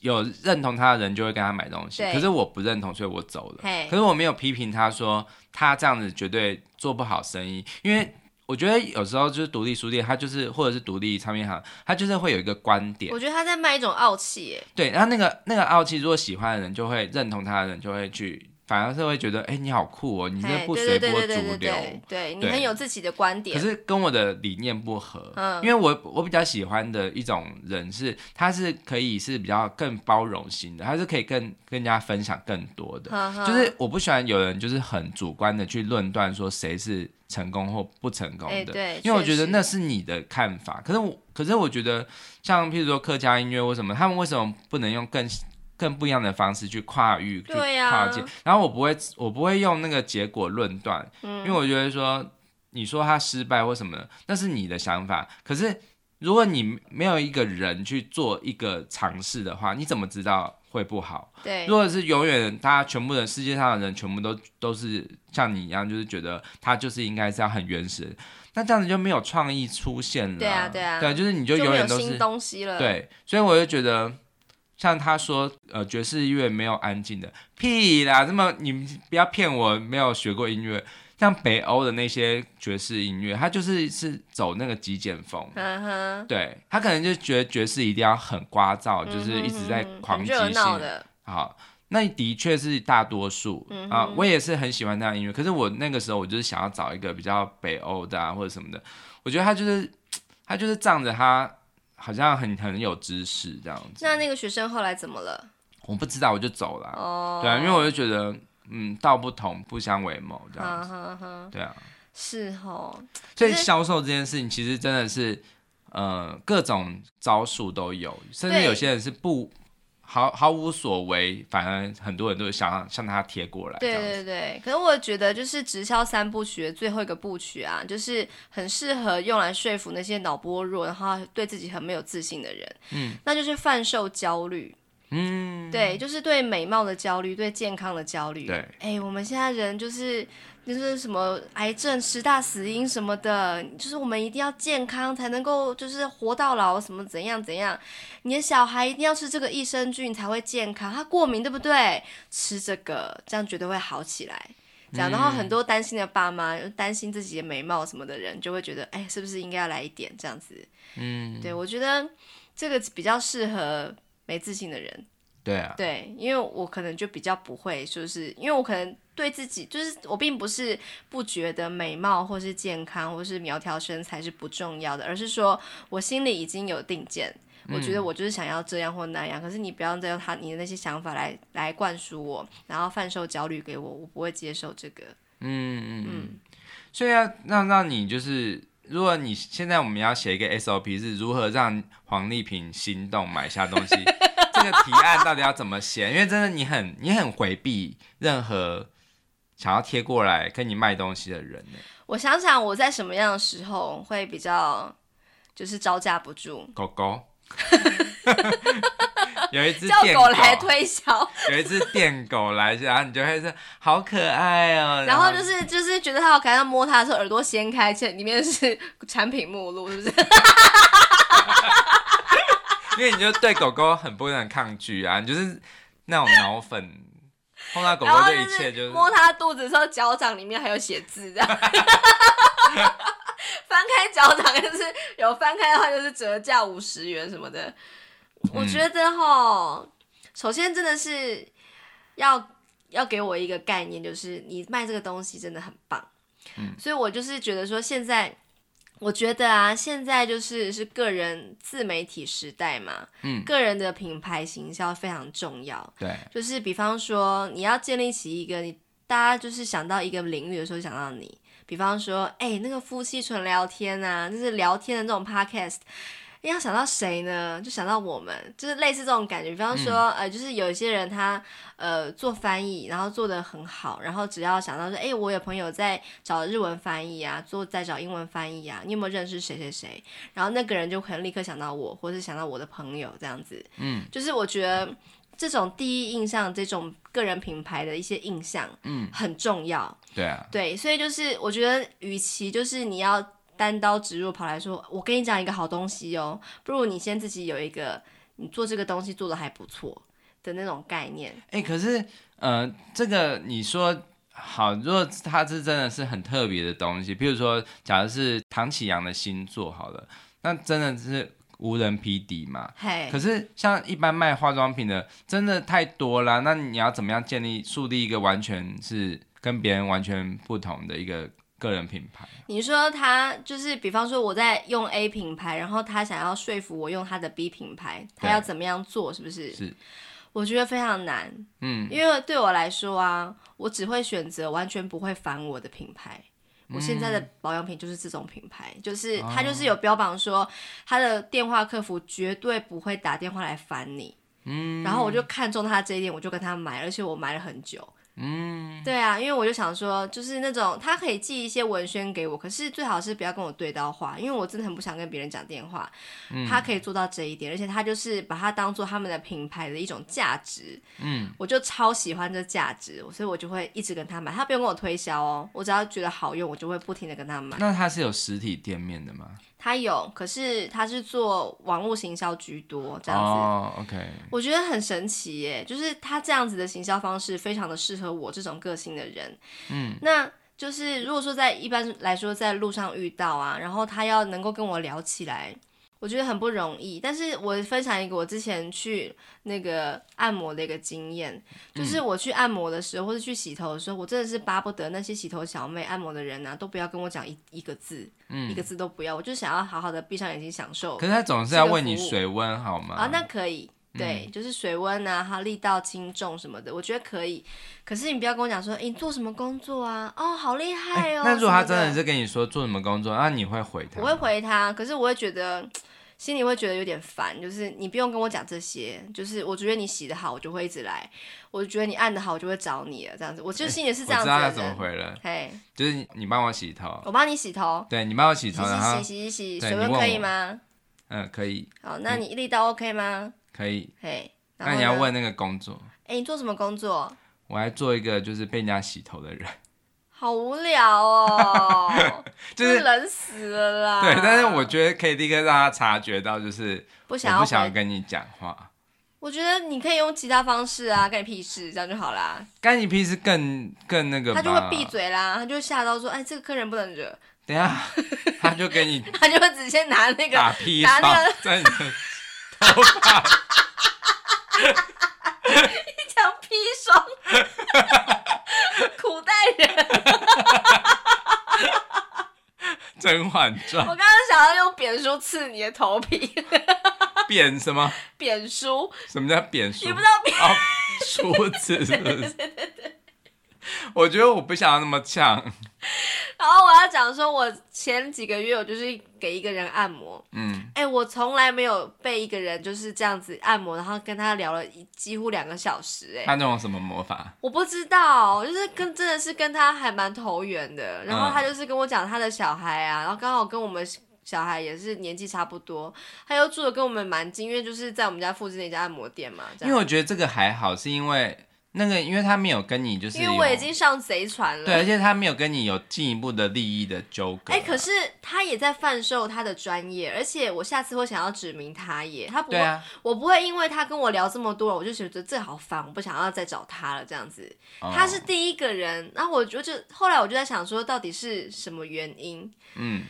[SPEAKER 2] 有认同他的人就会跟他买东西，
[SPEAKER 1] 对
[SPEAKER 2] 可是我不认同，所以我走了。
[SPEAKER 1] 嘿
[SPEAKER 2] 可是我没有批评他说他这样子绝对做不好生意，因为我觉得有时候就是独立书店，它就是或者是独立唱片行，它就是会有一个观点
[SPEAKER 1] 我，觉得他在卖一种傲气哎，
[SPEAKER 2] 对，然后那个那个傲气，如果喜欢的人就会认同他的人就会去，反而是会觉得哎、你好酷哦，你这
[SPEAKER 1] 嘿，
[SPEAKER 2] 不
[SPEAKER 1] 对对
[SPEAKER 2] 随
[SPEAKER 1] 对
[SPEAKER 2] 波
[SPEAKER 1] 对
[SPEAKER 2] 逐
[SPEAKER 1] 对对
[SPEAKER 2] 流。
[SPEAKER 1] 对，对你
[SPEAKER 2] 对
[SPEAKER 1] 很有自己的观点，
[SPEAKER 2] 可是跟我的理念不合，
[SPEAKER 1] 嗯
[SPEAKER 2] 因为我我比较喜欢的一种人是，他是可以是比较更包容型的，他是可以更跟人家分享更多的。
[SPEAKER 1] 呵呵
[SPEAKER 2] 就是我不喜欢有人就是很主观的去论断说谁是成功或不成功
[SPEAKER 1] 哎
[SPEAKER 2] 的，
[SPEAKER 1] 对
[SPEAKER 2] 因为我
[SPEAKER 1] 确
[SPEAKER 2] 觉得
[SPEAKER 1] 实
[SPEAKER 2] 那是你的看法。可是我，可是我觉得像譬如说客家音乐，为什么他们为什么不能用更更不一样的方式去跨域、去
[SPEAKER 1] 对啊
[SPEAKER 2] 跨界？然后我不会，我不会用那个结果论断，
[SPEAKER 1] 嗯
[SPEAKER 2] 因为我觉得说你说他失败或什么的，那是你的想法。可是如果你没有一个人去做一个尝试的话，你怎么知道会不好？
[SPEAKER 1] 对
[SPEAKER 2] 如，果是永远大家全部人世界上的人全部都都是像你一样，就是觉得他就是应该是要很原始的，那这样子就没有创意出现了。
[SPEAKER 1] 对啊对啊
[SPEAKER 2] 对，就是你就
[SPEAKER 1] 就
[SPEAKER 2] 永
[SPEAKER 1] 没
[SPEAKER 2] 远
[SPEAKER 1] 有
[SPEAKER 2] 都
[SPEAKER 1] 新
[SPEAKER 2] 是
[SPEAKER 1] 东西了，，
[SPEAKER 2] 对，所以我就觉得。像他说，呃，爵士乐没有安静的，屁啦！这么你不要骗我，没有学过音乐。像北欧的那些爵士音乐，它就是是走那个极简风，
[SPEAKER 1] 嗯哼，
[SPEAKER 2] 对他可能就觉得爵士一定要很聒噪，就是一直在
[SPEAKER 1] 嗯哼嗯哼
[SPEAKER 2] 狂
[SPEAKER 1] 很
[SPEAKER 2] 击
[SPEAKER 1] 热闹
[SPEAKER 2] 性
[SPEAKER 1] 的，
[SPEAKER 2] 好，那的确是大多数、
[SPEAKER 1] 嗯
[SPEAKER 2] 啊
[SPEAKER 1] 哼，
[SPEAKER 2] 我也是很喜欢那样的音乐。可是我那个时候，我就是想要找一个比较北欧的啊，或者什么的。我觉得他就是他就是仗着他好像很很有知识这样子，
[SPEAKER 1] 那那个学生后来怎么了？
[SPEAKER 2] 我不知道我就走了啊、
[SPEAKER 1] 哦，
[SPEAKER 2] 对啊，因为我就觉得嗯，道不同不相为谋这样
[SPEAKER 1] 嗯
[SPEAKER 2] 子，
[SPEAKER 1] 哼哼，
[SPEAKER 2] 对啊。
[SPEAKER 1] 是哦吼，
[SPEAKER 2] 所以
[SPEAKER 1] 可是
[SPEAKER 2] 销售这件事情其实真的是呃各种招数都有，甚至
[SPEAKER 1] 对
[SPEAKER 2] 有些人是不。毫毫无所为，反而很多人都想要向他贴过来，这
[SPEAKER 1] 对
[SPEAKER 2] 样子。
[SPEAKER 1] 对对，可是我觉得就是直销三部曲的最后一个部曲啊，就是很适合用来说服那些脑波弱，然后对自己很没有自信的人。
[SPEAKER 2] 嗯，
[SPEAKER 1] 那就是贩售焦虑。
[SPEAKER 2] 嗯，
[SPEAKER 1] 对，就是对美貌的焦虑，对健康的焦虑。
[SPEAKER 2] 对
[SPEAKER 1] 哎、我们现在人就是就是什么癌症十大死因什么的，就是我们一定要健康才能够就是活到老，什么怎样怎样。你的小孩一定要吃这个益生菌才会健康，他过敏对不对？吃这个，这样绝对会好起来。这样，然后
[SPEAKER 2] 嗯
[SPEAKER 1] 很多担心的爸妈，担心自己的美貌什么的人，就会觉得，哎、是不是应该要来一点这样子？
[SPEAKER 2] 嗯，
[SPEAKER 1] 对我觉得这个比较适合没自信的人。
[SPEAKER 2] 对啊，
[SPEAKER 1] 对，因为我可能就比较不会，就是因为我可能对自己，就是我并不是不觉得美貌或是健康或是苗条身材是不重要的，而是说我心里已经有定见，我觉得我就是想要这样或那样。可是你不要再用他你的那些想法来来灌输我，然后贩售焦虑给我，我不会接受这个。
[SPEAKER 2] 嗯嗯嗯，所以要让让你就是，如果
[SPEAKER 1] (laughs)
[SPEAKER 2] 你现在我们要写一个 SOP，是如何让黄丽萍心动买下东西，这个提案到底要怎么写，因为真的你很你很回避任何想要贴过来跟你卖东西的人呢。
[SPEAKER 1] 我想想，我在什么样的时候会比较就是招架不住，(laughs)
[SPEAKER 2] 狗狗，有一只
[SPEAKER 1] 叫
[SPEAKER 2] 电
[SPEAKER 1] 狗来推销，
[SPEAKER 2] 有一只电狗来，然后你就会说好可爱哦、
[SPEAKER 1] 然后就是就是觉得它好可爱，要摸它的时候耳朵掀开，这里面是 (laughs) 产品目录，是不是？
[SPEAKER 2] 因为你就对狗狗很不能抗拒啊，你就是那种脑粉，碰到狗
[SPEAKER 1] 然
[SPEAKER 2] 狗
[SPEAKER 1] 后
[SPEAKER 2] 就一切就是
[SPEAKER 1] 摸它肚子的时候，脚掌里面还有写字，这样。 (laughs) 翻开脚掌就是有翻开的话，就是折价五十元什么的。我
[SPEAKER 2] 嗯
[SPEAKER 1] 觉得哈，首先真的是要要给我一个概念，就是你卖这个东西真的很棒。
[SPEAKER 2] 嗯
[SPEAKER 1] 所以我就是觉得说，现在我觉得啊，现在就是是个人自媒体时代嘛，
[SPEAKER 2] 嗯
[SPEAKER 1] 个人的品牌行销非常重要。
[SPEAKER 2] 对，
[SPEAKER 1] 就是比方说，你要建立起一个你大家就是想到一个领域的时候想到你，比方说，哎、那个夫妻纯聊天啊，就是聊天的这种 podcast。要想到谁呢？就想到我们，就是类似这种感觉。比方说，
[SPEAKER 2] 嗯
[SPEAKER 1] 呃，就是有一些人他呃做翻译，然后做的很好，然后只要想到说，哎、我有朋友在找日文翻译啊，做在找英文翻译啊，你有没有认识谁谁谁？然后那个人就可能立刻想到我，或是想到我的朋友这样子。
[SPEAKER 2] 嗯，
[SPEAKER 1] 就是我觉得这种第一印象，这种个人品牌的一些印象，
[SPEAKER 2] 嗯，
[SPEAKER 1] 很重要。
[SPEAKER 2] 对啊，
[SPEAKER 1] 对，所以就是我觉得，与其就是你要单刀直入跑来说，我跟你讲一个好东西哦，不如你先自己有一个，你做这个东西做的还不错的那种概念。
[SPEAKER 2] 哎、可是呃，这个你说好，如果它是真的是很特别的东西，譬如说，假如是唐启阳的星座好了，那真的是无人匹敌嘛。
[SPEAKER 1] 嘿
[SPEAKER 2] 可，是像一般卖化妆品的，真的太多啦。那你要怎么样建立、树立一个完全是跟别人完全不同的一个个人品牌？
[SPEAKER 1] 你说他就是，比方说我在用 A 品牌，然后他想要说服我用他的 B 品牌，他
[SPEAKER 2] 对
[SPEAKER 1] 要怎么样做？是不是？
[SPEAKER 2] 是，
[SPEAKER 1] 我觉得非常难。
[SPEAKER 2] 嗯，
[SPEAKER 1] 因为对我来说啊，我只会选择完全不会烦我的品牌。我现在的保养品就是这种品牌，就是它就是有标榜说它的电话客服绝对不会打电话来烦你。嗯，然后我就看中他这一点，我就跟他买，而且我买了很久。嗯，对啊，因为我就想说，就是那种他可以寄一些文宣给我，可是最好是不要跟我对到话，因为我真的很不想跟别人讲电话。他可以做到这一点，而且他就是把它当做他们的品牌的一种价值。我就超喜欢这价值，所以我就会一直跟他买。他不用跟我推销哦，我只要觉得好用，我就会不停的跟他买。
[SPEAKER 2] 那它是有实体店面的吗？
[SPEAKER 1] 他有，可是他是做网络行销居多这样子。
[SPEAKER 2] 哦，OK，
[SPEAKER 1] 我觉得很神奇耶，就是他这样子的行销方式非常的适合我这种个性的人。嗯，那就是如果说在一般来说在路上遇到啊，然后他要能够跟我聊起来，我觉得很不容易。但是我分享一个我之前去那个按摩的一个经验，就是我去按摩的时候，或者去洗头的时候，我真的是巴不得那些洗头小妹、按摩的人啊，都不要跟我讲一一个字，一个字都不要，我就想要好好的闭上眼睛享受
[SPEAKER 2] 可是他总是
[SPEAKER 1] 这
[SPEAKER 2] 要
[SPEAKER 1] 个
[SPEAKER 2] 问
[SPEAKER 1] 服
[SPEAKER 2] 你
[SPEAKER 1] 务
[SPEAKER 2] 水温好吗？嗯
[SPEAKER 1] 啊，那可以，对，就是水温啊，还有力道轻重什么的，我觉得可以。可是你不要跟我讲说，诶你做什么工作啊？哦，好厉害哦、
[SPEAKER 2] 哎那如果他
[SPEAKER 1] 什
[SPEAKER 2] 真
[SPEAKER 1] 么
[SPEAKER 2] 的是跟你说做什么工作，那你会回他
[SPEAKER 1] 我
[SPEAKER 2] 吗？
[SPEAKER 1] 会回他，可是我会觉得心里会觉得有点烦，就是你不用跟我讲这些，就是我觉得你洗的好，我就会一直来；我觉得你按的好，我就会找你了，这样子。我就心里是这
[SPEAKER 2] 哎
[SPEAKER 1] 样子
[SPEAKER 2] 我知道他
[SPEAKER 1] 的
[SPEAKER 2] 怎么
[SPEAKER 1] 人。
[SPEAKER 2] 回了，
[SPEAKER 1] 嘿，
[SPEAKER 2] 就是你你帮我洗头，
[SPEAKER 1] 我帮你洗头，
[SPEAKER 2] 对你帮我洗
[SPEAKER 1] 洗
[SPEAKER 2] 头，然后
[SPEAKER 1] 洗洗洗洗洗，
[SPEAKER 2] 对
[SPEAKER 1] 水
[SPEAKER 2] 你
[SPEAKER 1] 温
[SPEAKER 2] 问
[SPEAKER 1] 可以
[SPEAKER 2] 我
[SPEAKER 1] 吗？
[SPEAKER 2] 嗯，可以
[SPEAKER 1] 好，那你力道 OK 吗？
[SPEAKER 2] 可以。
[SPEAKER 1] 嘿，然
[SPEAKER 2] 那
[SPEAKER 1] 后
[SPEAKER 2] 你要
[SPEAKER 1] 呢，
[SPEAKER 2] 问那个工作，
[SPEAKER 1] 诶，你做什么工作？
[SPEAKER 2] 我还做一个就是被人家洗头的人，
[SPEAKER 1] 好无聊哦，
[SPEAKER 2] (laughs) 就
[SPEAKER 1] 真
[SPEAKER 2] 是
[SPEAKER 1] 是冷死了啦。
[SPEAKER 2] 对，但是我觉得可以立刻让他察觉到，就是
[SPEAKER 1] 不
[SPEAKER 2] 我
[SPEAKER 1] 想要
[SPEAKER 2] 不想要
[SPEAKER 1] 回，
[SPEAKER 2] 跟你讲话，
[SPEAKER 1] 我觉得你可以用其他方式啊，干你屁事，这样就好啦。
[SPEAKER 2] 干你屁事更更那个吧。
[SPEAKER 1] 他就会闭。嘴啦，他就会吓到说，哎，这个客人不能惹， (laughs)
[SPEAKER 2] 等一下，他就给你
[SPEAKER 1] 他就会直接拿那个
[SPEAKER 2] 打屁
[SPEAKER 1] 拿
[SPEAKER 2] 放
[SPEAKER 1] 那个
[SPEAKER 2] 在你的
[SPEAKER 1] 一枪砒霜， (laughs) 苦待
[SPEAKER 2] (laughs)
[SPEAKER 1] 人。
[SPEAKER 2] (laughs) 《甄嬛传
[SPEAKER 1] 我》刚刚想要用扁梳刺你的头皮， (laughs)
[SPEAKER 2] 扁什么？
[SPEAKER 1] 扁梳，
[SPEAKER 2] 什么叫扁梳？
[SPEAKER 1] 你不知道扁
[SPEAKER 2] 哦，梳子是不
[SPEAKER 1] (laughs)
[SPEAKER 2] 是？我觉得我不想要那么呛，
[SPEAKER 1] 然后我要讲说，我前几个月我就是给一个人按摩，
[SPEAKER 2] 嗯，
[SPEAKER 1] 哎、我从来没有被一个人就是这样子按摩，然后跟他聊了一几乎两个小时、哎，
[SPEAKER 2] 他那种什么魔法？
[SPEAKER 1] 我不知道，就是跟真的是跟他还蛮投缘的。然后
[SPEAKER 2] 嗯
[SPEAKER 1] 他就是跟我讲他的小孩啊，然后刚好跟我们小孩也是年纪差不多，他又住的跟我们蛮近，因为就是在我们家附近的一家按摩店嘛。这
[SPEAKER 2] 因为
[SPEAKER 1] 样
[SPEAKER 2] 我觉得这个还好，是因为那个，因为他没有跟你就是
[SPEAKER 1] 因为
[SPEAKER 2] 有
[SPEAKER 1] 我已经上贼船了。
[SPEAKER 2] 对，而且他没有跟你有进一步的利益的纠葛。
[SPEAKER 1] 哎、可是他也在贩售他的专业，而且我下次会想要指明他耶，他不会，
[SPEAKER 2] 对啊，
[SPEAKER 1] 我不会因为他跟我聊这么多，我就觉得这好烦，我不想要再找他了这样子。
[SPEAKER 2] 哦
[SPEAKER 1] 他是第一个人，然后我就就后来我就在想说，到底是什么原因？
[SPEAKER 2] 嗯，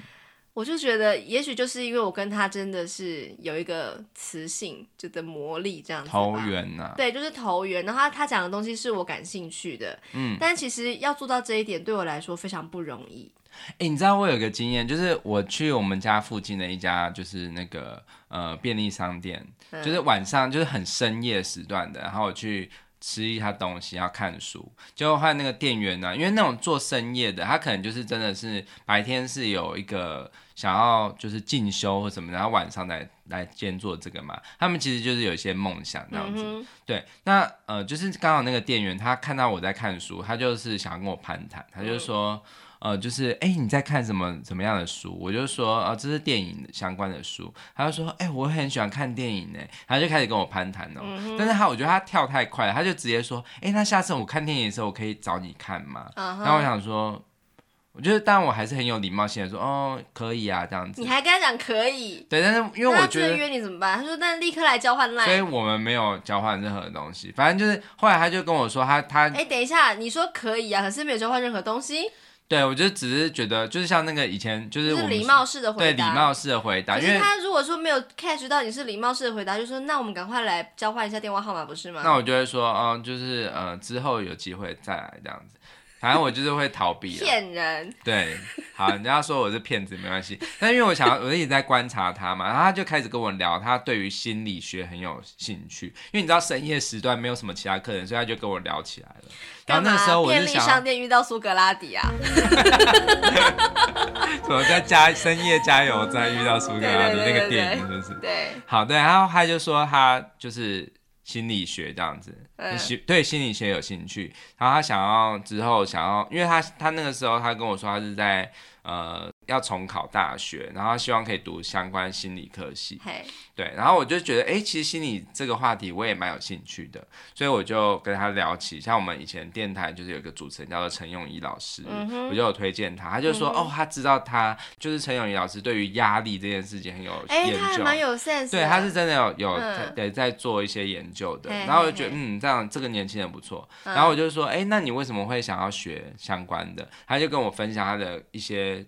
[SPEAKER 1] 我就觉得，也许就是因为我跟他真的是有一个磁性，就的魔力这样子吧。
[SPEAKER 2] 投缘啊呐，
[SPEAKER 1] 对，就是投缘。然后他他讲的东西是我感兴趣的，
[SPEAKER 2] 嗯，
[SPEAKER 1] 但其实要做到这一点，对我来说非常不容易。
[SPEAKER 2] 哎、你知道我有个经验，就是我去我们家附近的一家就是那个呃便利商店，
[SPEAKER 1] 嗯
[SPEAKER 2] 就是晚上就是很深夜时段的，然后我去吃一下东西，然后看书，就和那个店员呢、因为那种做深夜的，他可能就是真的是白天是有一个想要就是进修或什么，然后晚上来来兼做这个嘛，他们其实就是有一些梦想这样
[SPEAKER 1] 嗯
[SPEAKER 2] 子，
[SPEAKER 1] 哼，
[SPEAKER 2] 对，那呃，就是刚好那个店员他看到我在看书，他就是想要跟我攀谈，他
[SPEAKER 1] 嗯
[SPEAKER 2] 就说，呃，就是哎、你在看什么什么样的书？我就说，啊、这是电影相关的书。他就说，哎、我很喜欢看电影呢，他就开始跟我攀谈
[SPEAKER 1] 嗯
[SPEAKER 2] 哦、但是他我觉得他跳太快了，他就直接说，哎、那下次我看电影的时候，我可以找你看吗？
[SPEAKER 1] 嗯
[SPEAKER 2] 然后我
[SPEAKER 1] 哼，
[SPEAKER 2] 想说，我觉得，但我还是很有礼貌性的说，哦，可以啊，这样子
[SPEAKER 1] 你。还跟他讲可以，
[SPEAKER 2] 对，但是因为
[SPEAKER 1] 那
[SPEAKER 2] 我
[SPEAKER 1] 他
[SPEAKER 2] 觉
[SPEAKER 1] 真
[SPEAKER 2] 得
[SPEAKER 1] 的约你怎么办？他说那立刻来交换
[SPEAKER 2] 所以
[SPEAKER 1] 赖。
[SPEAKER 2] 我们没有交换任何东西。反正就是后来他就跟我说他，他
[SPEAKER 1] 哎、等一下，你说可以啊，可是没有交换任何东西，
[SPEAKER 2] 对我就只是觉得就是像那个以前就是
[SPEAKER 1] 就
[SPEAKER 2] 我
[SPEAKER 1] 是
[SPEAKER 2] 们
[SPEAKER 1] 礼貌式的
[SPEAKER 2] 对
[SPEAKER 1] 回
[SPEAKER 2] 礼
[SPEAKER 1] 答。
[SPEAKER 2] 貌式的回答，
[SPEAKER 1] 可
[SPEAKER 2] 因
[SPEAKER 1] 是
[SPEAKER 2] 为
[SPEAKER 1] 他如果说没有 catch 到你是礼貌式的回答，就说那我们赶快来交换一下电话号码，不是吗？
[SPEAKER 2] 那我就会说，嗯，就是呃之后有机会再来这样子。反正我就是会逃避了，
[SPEAKER 1] 骗人，
[SPEAKER 2] 对，好，人家说我是骗子没
[SPEAKER 1] (laughs)
[SPEAKER 2] 关系，但因为我想要，我一直在观察他嘛，然后他就开始跟我聊，他对于心理学很有兴趣，因为你知道深夜时段没有什么其他客人，所以他就跟我聊起来了。然
[SPEAKER 1] 干
[SPEAKER 2] 后
[SPEAKER 1] 嘛
[SPEAKER 2] 那时候我
[SPEAKER 1] 便
[SPEAKER 2] 是
[SPEAKER 1] 利
[SPEAKER 2] 想要
[SPEAKER 1] 商店遇到苏格拉底啊？
[SPEAKER 2] 怎么在加深夜加油站遇到苏格拉
[SPEAKER 1] 对
[SPEAKER 2] 底
[SPEAKER 1] 对对
[SPEAKER 2] 那个
[SPEAKER 1] 对
[SPEAKER 2] 电影，是不是？ (laughs)
[SPEAKER 1] 对，
[SPEAKER 2] 好，对，然后他就说他就是心理学这样子，
[SPEAKER 1] 嗯
[SPEAKER 2] 喜对心理学有兴趣，然后他想要之后想要，因为他他那个时候他跟我说他是在呃要重考大学，然后他希望可以读相关心理科系，
[SPEAKER 1] 嘿，
[SPEAKER 2] 对，然后我就觉得，哎，其实心理这个话题我也蛮有兴趣的，所以我就跟他聊起，像我们以前电台就是有一个主持人叫做陈永仪老师，
[SPEAKER 1] 嗯哼嗯
[SPEAKER 2] 我就有推荐他，他就说，哦，他知道他就是陈永仪老师对于压力这件事情很有
[SPEAKER 1] 哎、
[SPEAKER 2] 研
[SPEAKER 1] 他还
[SPEAKER 2] 究。
[SPEAKER 1] 蛮有 sense，
[SPEAKER 2] 对，
[SPEAKER 1] 的
[SPEAKER 2] 他是真的有有
[SPEAKER 1] 嗯
[SPEAKER 2] 对在做一些研究的，
[SPEAKER 1] 嘿
[SPEAKER 2] 然后我就觉得
[SPEAKER 1] 嘿嘿
[SPEAKER 2] 嗯，这样这个年轻人不错，
[SPEAKER 1] 嗯
[SPEAKER 2] 然后我就说，哎、那你为什么会想要学相关的？他就跟我分享他的一些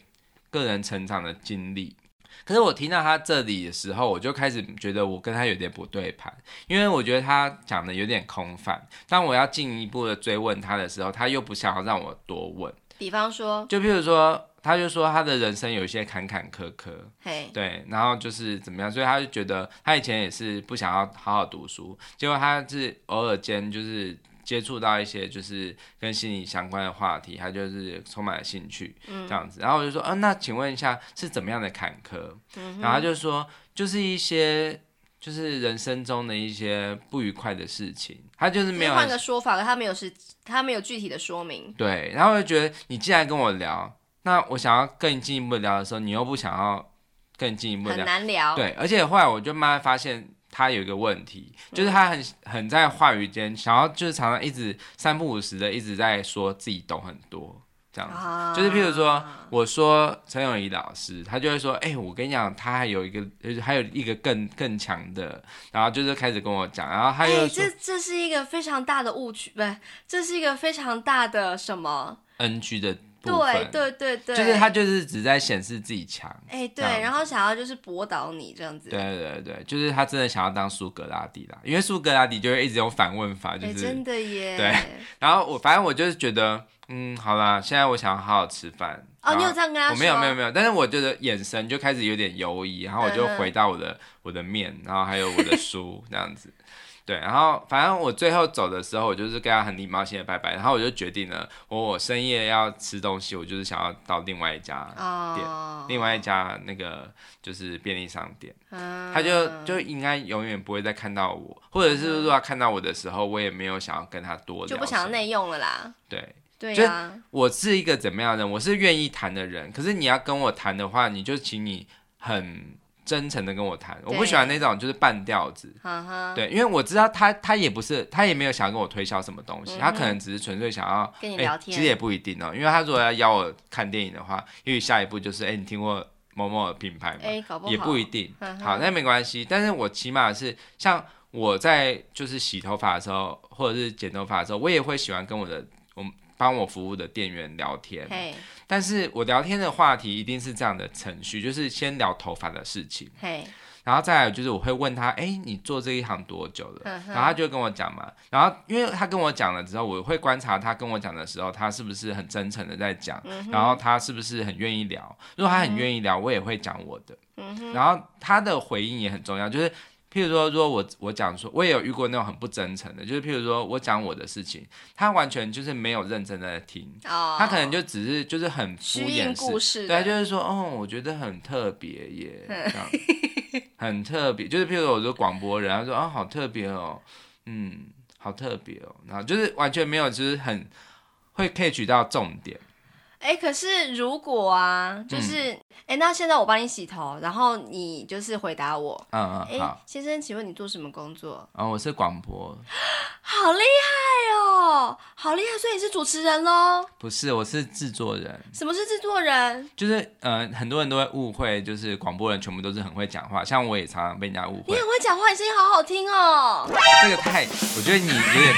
[SPEAKER 2] 个人成长的经历。可是我听到他这里的时候，我就开始觉得我跟他有点不对盘，因为我觉得他讲的有点空泛。当我要进一步的追问他的时候，他又不想要让我多问。
[SPEAKER 1] 比方说，
[SPEAKER 2] 就譬如说，他就说他的人生有一些坎坎坷坷，
[SPEAKER 1] 嘿，
[SPEAKER 2] 对，然后就是怎么样，所以他就觉得他以前也是不想要好好读书，结果他是偶尔间就是接触到一些就是跟心理相关的话题，他就是充满了兴趣这样子。然后我就说，嗯、那请问一下是怎么样的坎坷？
[SPEAKER 1] 嗯
[SPEAKER 2] 然后他就说，就是一些就是人生中的一些不愉快的事情，他就
[SPEAKER 1] 就
[SPEAKER 2] 是
[SPEAKER 1] 是
[SPEAKER 2] 没有
[SPEAKER 1] 换个说法，他没有是，他没有具体的说明，
[SPEAKER 2] 对，然后我就觉得你既然跟我聊，那我想要更进一步地聊的时候，你又不想要更进一步
[SPEAKER 1] 很
[SPEAKER 2] 地聊。
[SPEAKER 1] 难聊。
[SPEAKER 2] 对，而且后来我就慢慢发现他有一个问题，
[SPEAKER 1] 嗯
[SPEAKER 2] 就是他很很在话语间想要，就是常常一直三不五时的一直在说自己懂很多这样子。
[SPEAKER 1] 啊
[SPEAKER 2] 就是譬如说，我说陈永仪老师，他就会说，哎、我跟你讲，他还有一个，就是还有一个更更强的，然后就是开始跟我讲，然后他
[SPEAKER 1] 哎、
[SPEAKER 2] 又说
[SPEAKER 1] 这这是一个非常大的误区，不是，这是一个非常大的什么？
[SPEAKER 2] NG 的部
[SPEAKER 1] 对
[SPEAKER 2] 分，
[SPEAKER 1] 对对对，
[SPEAKER 2] 就是他就是只在显示自己强，
[SPEAKER 1] 哎、对，
[SPEAKER 2] 样子
[SPEAKER 1] 然后想要就是驳倒你这样子，
[SPEAKER 2] 对对对，就是他真的想要当苏格拉底啦，因为苏格拉底就会一直用反问法，就
[SPEAKER 1] 哎、
[SPEAKER 2] 是、
[SPEAKER 1] 真的耶，
[SPEAKER 2] 对然后我反正我就是觉得，嗯，好啦，现在我想好好吃饭。
[SPEAKER 1] (laughs) 哦，你有
[SPEAKER 2] 然
[SPEAKER 1] 这样跟
[SPEAKER 2] 后
[SPEAKER 1] 他说？
[SPEAKER 2] 我没有没有没有，但是我觉得眼神就开始有点犹疑，然后我就回到我的、我的面，然后还有我的书这样子。 (laughs) 对，然后反正我最后走的时候，我就是跟他很礼貌性的拜拜，然后我就决定了，我我深夜要吃东西，我就是想要到另外一家，
[SPEAKER 1] 哦，
[SPEAKER 2] 另外一家那个就是便利商店，
[SPEAKER 1] 嗯，嗯
[SPEAKER 2] 他就就应该永远不会再看到我，或者是说他看到我的时候，我也没有想要跟他多聊什
[SPEAKER 1] 就
[SPEAKER 2] 么，
[SPEAKER 1] 不想要内用了啦。
[SPEAKER 2] 对。
[SPEAKER 1] 对
[SPEAKER 2] 就
[SPEAKER 1] 呀、
[SPEAKER 2] 我是一个怎么样的人？我是愿意谈的人，可是你要跟我谈的话，你就请你很真诚的跟我谈。我不喜欢那种就是半吊子，
[SPEAKER 1] 哈哈，
[SPEAKER 2] 对，因为我知道他他也不是他也没有想要跟我推销什么东西，
[SPEAKER 1] 嗯哼
[SPEAKER 2] 他可能只是纯粹想要
[SPEAKER 1] 跟你
[SPEAKER 2] 哎
[SPEAKER 1] 聊天
[SPEAKER 2] 其实也不一定哦，因为他如果要邀我看电影的话，也许下一步就是哎、你听过某某品牌吗？
[SPEAKER 1] 哎、搞不好
[SPEAKER 2] 也不一定。
[SPEAKER 1] 嗯哼
[SPEAKER 2] 好，那没关系。但是我起码是像我在就是洗头发的时候，或者是剪头发的时候，我也会喜欢跟我的我们帮我服务的店员聊天。
[SPEAKER 1] 嘿
[SPEAKER 2] 但是我聊天的话题一定是这样的程序，就是先聊头发的事情，
[SPEAKER 1] 嘿，
[SPEAKER 2] 然后再来就是我会问他，哎、你做这一行多久了？
[SPEAKER 1] 嗯哼
[SPEAKER 2] 然后他就会跟我讲嘛，然后因为他跟我讲了之后，我会观察他跟我讲的时候，他是不是很真诚的在讲，
[SPEAKER 1] 嗯
[SPEAKER 2] 然后他是不是很愿意聊。如果他很愿意聊，我也会讲我的。
[SPEAKER 1] 嗯哼，
[SPEAKER 2] 然后他的回应也很重要，就是譬如说，如果我我讲说，我也有遇过那种很不真诚的，就是譬如说我讲我的事情，他完全就是没有认真的听，
[SPEAKER 1] 哦，
[SPEAKER 2] 他可能就只是就是很敷
[SPEAKER 1] 虚应
[SPEAKER 2] 衍
[SPEAKER 1] 故
[SPEAKER 2] 式，
[SPEAKER 1] 事
[SPEAKER 2] 对，
[SPEAKER 1] 的，
[SPEAKER 2] 就是说，哦，我觉得很特别耶，
[SPEAKER 1] 嗯
[SPEAKER 2] 这样 (laughs) 很特别，就是譬如说我是广播人，他说啊、好特别哦，嗯，好特别哦，然后就是完全没有，就是很会 catch 到重点，
[SPEAKER 1] 哎、可是如果啊，
[SPEAKER 2] 嗯
[SPEAKER 1] 就是哎、那现在我帮你洗头，然后你就是回答我，
[SPEAKER 2] 嗯
[SPEAKER 1] 哎、
[SPEAKER 2] 嗯，好，
[SPEAKER 1] 先生，请问你做什么工作？
[SPEAKER 2] 然后我是广播，
[SPEAKER 1] 好厉害哦，好厉害！所以你是主持人喽？
[SPEAKER 2] 不是，我是制作人。
[SPEAKER 1] 什么是制作人？
[SPEAKER 2] 就是呃，很多人都会误会，就是广播人全部都是很会讲话，像我也常常被人家误
[SPEAKER 1] 你
[SPEAKER 2] 会
[SPEAKER 1] 很。会讲话，你声音好好听哦。
[SPEAKER 2] 这个太，我觉得你有点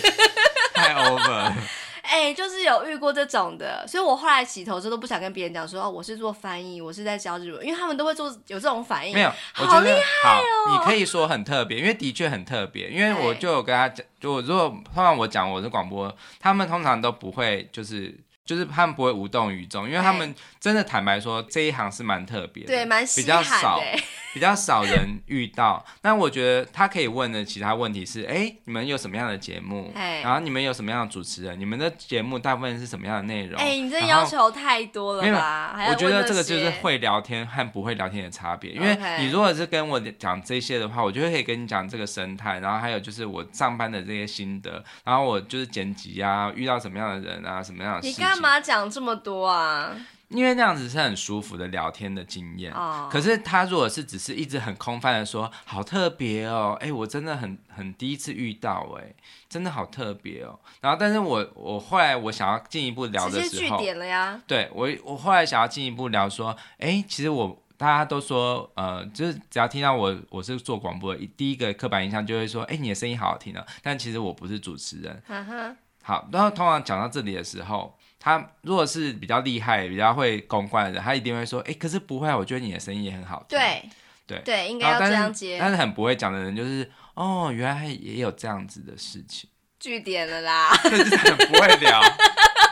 [SPEAKER 2] (laughs) 太太 over 了。
[SPEAKER 1] 哎、就是有遇过这种的，所以我后来洗头之后都不想跟别人讲说，哦，我是做翻译，我是在教日文，因为他们都会做有这种反应。
[SPEAKER 2] 没有，我
[SPEAKER 1] 好哦
[SPEAKER 2] 觉得好，你可以说很特别，因为的确很特别。因为我
[SPEAKER 1] 对
[SPEAKER 2] 就有跟他讲，就我如果通常我讲我是广播，他们通常都不会就是。就是他们不会无动于衷，因为他们真的坦白说这一行是蛮特别的，
[SPEAKER 1] 对，蛮
[SPEAKER 2] 比
[SPEAKER 1] 稀
[SPEAKER 2] 较
[SPEAKER 1] 罕
[SPEAKER 2] 少
[SPEAKER 1] 的、，哎
[SPEAKER 2] 比较少人遇到。那我觉得他可以问的其他问题是：哎、你们有什么样的节目？
[SPEAKER 1] 哎
[SPEAKER 2] 然后你们有什么样的主持人？你们的节目大部分是什么样的内容？
[SPEAKER 1] 哎、你这
[SPEAKER 2] 然后
[SPEAKER 1] 要求太多了
[SPEAKER 2] 没有
[SPEAKER 1] 吧？还要
[SPEAKER 2] 我觉
[SPEAKER 1] 问
[SPEAKER 2] 得这个就是
[SPEAKER 1] 些
[SPEAKER 2] 会聊天和不会聊天的差别，因为
[SPEAKER 1] OK
[SPEAKER 2] 你如果是跟我讲这些的话，我就会可以跟你讲这个生态，然后还有就是我上班的这些心得，然后我就是剪辑啊，遇到什么样的人啊，什么样的事
[SPEAKER 1] 你
[SPEAKER 2] 情。
[SPEAKER 1] 干？嘛讲这么多啊？
[SPEAKER 2] 因为那样子是很舒服的聊天的经验。
[SPEAKER 1] 哦，
[SPEAKER 2] 可是他如果是只是一直很空泛的说，好特别哦，哎、我真的很很第一次遇到、哎，真的好特别哦。然后，但是我我后来我想要进一步聊
[SPEAKER 1] 直
[SPEAKER 2] 的
[SPEAKER 1] 接
[SPEAKER 2] 时
[SPEAKER 1] 据
[SPEAKER 2] 候，
[SPEAKER 1] 点了呀。
[SPEAKER 2] 对我我后来想要进一步聊说，哎、其实我大家都说，呃，就是只要听到我我是做广播的，一第一个刻板印象就会说，哎、你的声音好好听哦。但其实我不是主持人，
[SPEAKER 1] 哈哈，
[SPEAKER 2] 好，然后通常讲到这里的时候，他如果是比较厉害、比较会公关的人，他一定会说：“哎、可是不会啊，我觉得你的声音也很好听。”，
[SPEAKER 1] 对
[SPEAKER 2] 对
[SPEAKER 1] 对，应该
[SPEAKER 2] 然后
[SPEAKER 1] 要这样
[SPEAKER 2] 但是
[SPEAKER 1] 接
[SPEAKER 2] 但是很不会讲的人就是：“哦，原来也有这样子的事情。 (laughs)
[SPEAKER 1] 据点了啦”。
[SPEAKER 2] 这就是很不会聊，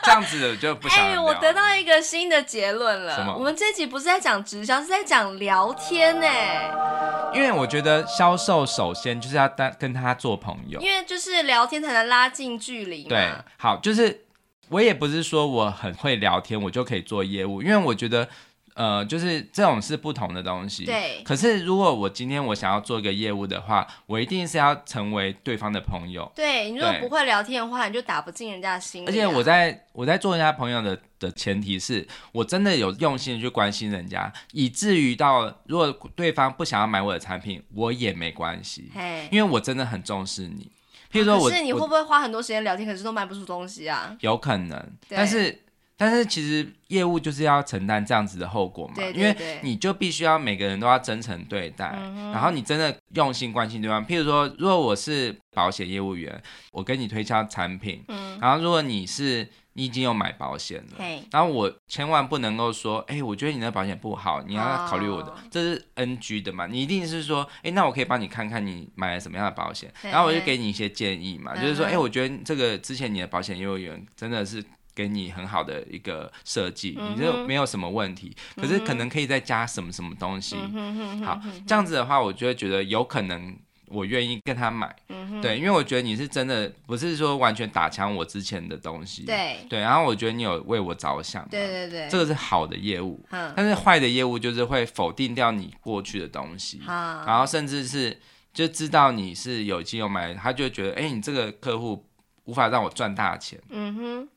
[SPEAKER 2] 这样子的就不想
[SPEAKER 1] 哎、
[SPEAKER 2] 聊。
[SPEAKER 1] 我得到一个新的结论
[SPEAKER 2] 什
[SPEAKER 1] 了
[SPEAKER 2] 么。
[SPEAKER 1] 我们这集不是在讲直销，是在讲聊天呢、欸
[SPEAKER 2] 因为我觉得销售首先就是要跟跟他做朋友。
[SPEAKER 1] 因为就是聊天才能拉近距离嘛。
[SPEAKER 2] 对，好，就是我也不是说我很会聊天，我就可以做业务，因为我觉得，呃，就是这种是不同的东西。
[SPEAKER 1] 对
[SPEAKER 2] 可是如果我今天我想要做一个业务的话，我一定是要成为对方的朋友，
[SPEAKER 1] 对，你如果
[SPEAKER 2] 对
[SPEAKER 1] 不会聊天的话，你就打不进人家的心里啊、
[SPEAKER 2] 而且我在我在做人家朋友的的前提是我真的有用心地去关心人家，以至于到如果对方不想要买我的产品，我也没关系，
[SPEAKER 1] 嘿，啊
[SPEAKER 2] 因为我真的很重视你。譬如说我，
[SPEAKER 1] 可是你
[SPEAKER 2] 我
[SPEAKER 1] 会不会花很多时间聊天，可是都卖不出东西啊？
[SPEAKER 2] 有可能，
[SPEAKER 1] 对
[SPEAKER 2] 但是但是其实业务就是要承担这样子的后果嘛，
[SPEAKER 1] 对对
[SPEAKER 2] 因
[SPEAKER 1] 对嗯
[SPEAKER 2] 为你就必须要每个人都要真诚对待，然后你真的用心关心对方。譬如说，如果我是保险业务员，我跟你推销产品，
[SPEAKER 1] 嗯，
[SPEAKER 2] 然后如果你是你已经有买保险了。
[SPEAKER 1] 嘿，
[SPEAKER 2] 然后我千万不能够说，哎、我觉得你的保险不好，你要考虑我的，
[SPEAKER 1] 哦
[SPEAKER 2] 这是 NG 的嘛？你一定是说，哎、那我可以帮你看看你买了什么样的保险，
[SPEAKER 1] 对
[SPEAKER 2] 然后我就给你一些建议嘛，
[SPEAKER 1] 嗯
[SPEAKER 2] 就是说，哎、
[SPEAKER 1] 嗯
[SPEAKER 2] 我觉得这个之前你的保险业务员真的是。给你很好的一个设计，
[SPEAKER 1] 嗯哼嗯
[SPEAKER 2] 你这没有什么问题，可是可能可以再加什么什么东西。
[SPEAKER 1] 嗯哼哼哼
[SPEAKER 2] 好，这样子的话，我就会觉得有可能我愿意跟他买。
[SPEAKER 1] 嗯哼，
[SPEAKER 2] 对，因为我觉得你是真的，不是说完全打枪我之前的东西。
[SPEAKER 1] 对
[SPEAKER 2] 对，然后我觉得你有为我着想嘛。
[SPEAKER 1] 对对对，
[SPEAKER 2] 这个是好的业务，
[SPEAKER 1] 嗯，
[SPEAKER 2] 但是坏的业务就是会否定掉你过去的东西，
[SPEAKER 1] 好，
[SPEAKER 2] 然后甚至是就知道你是有机有买，他就会觉得，哎、你这个客户无法让我赚大钱，
[SPEAKER 1] 嗯哼，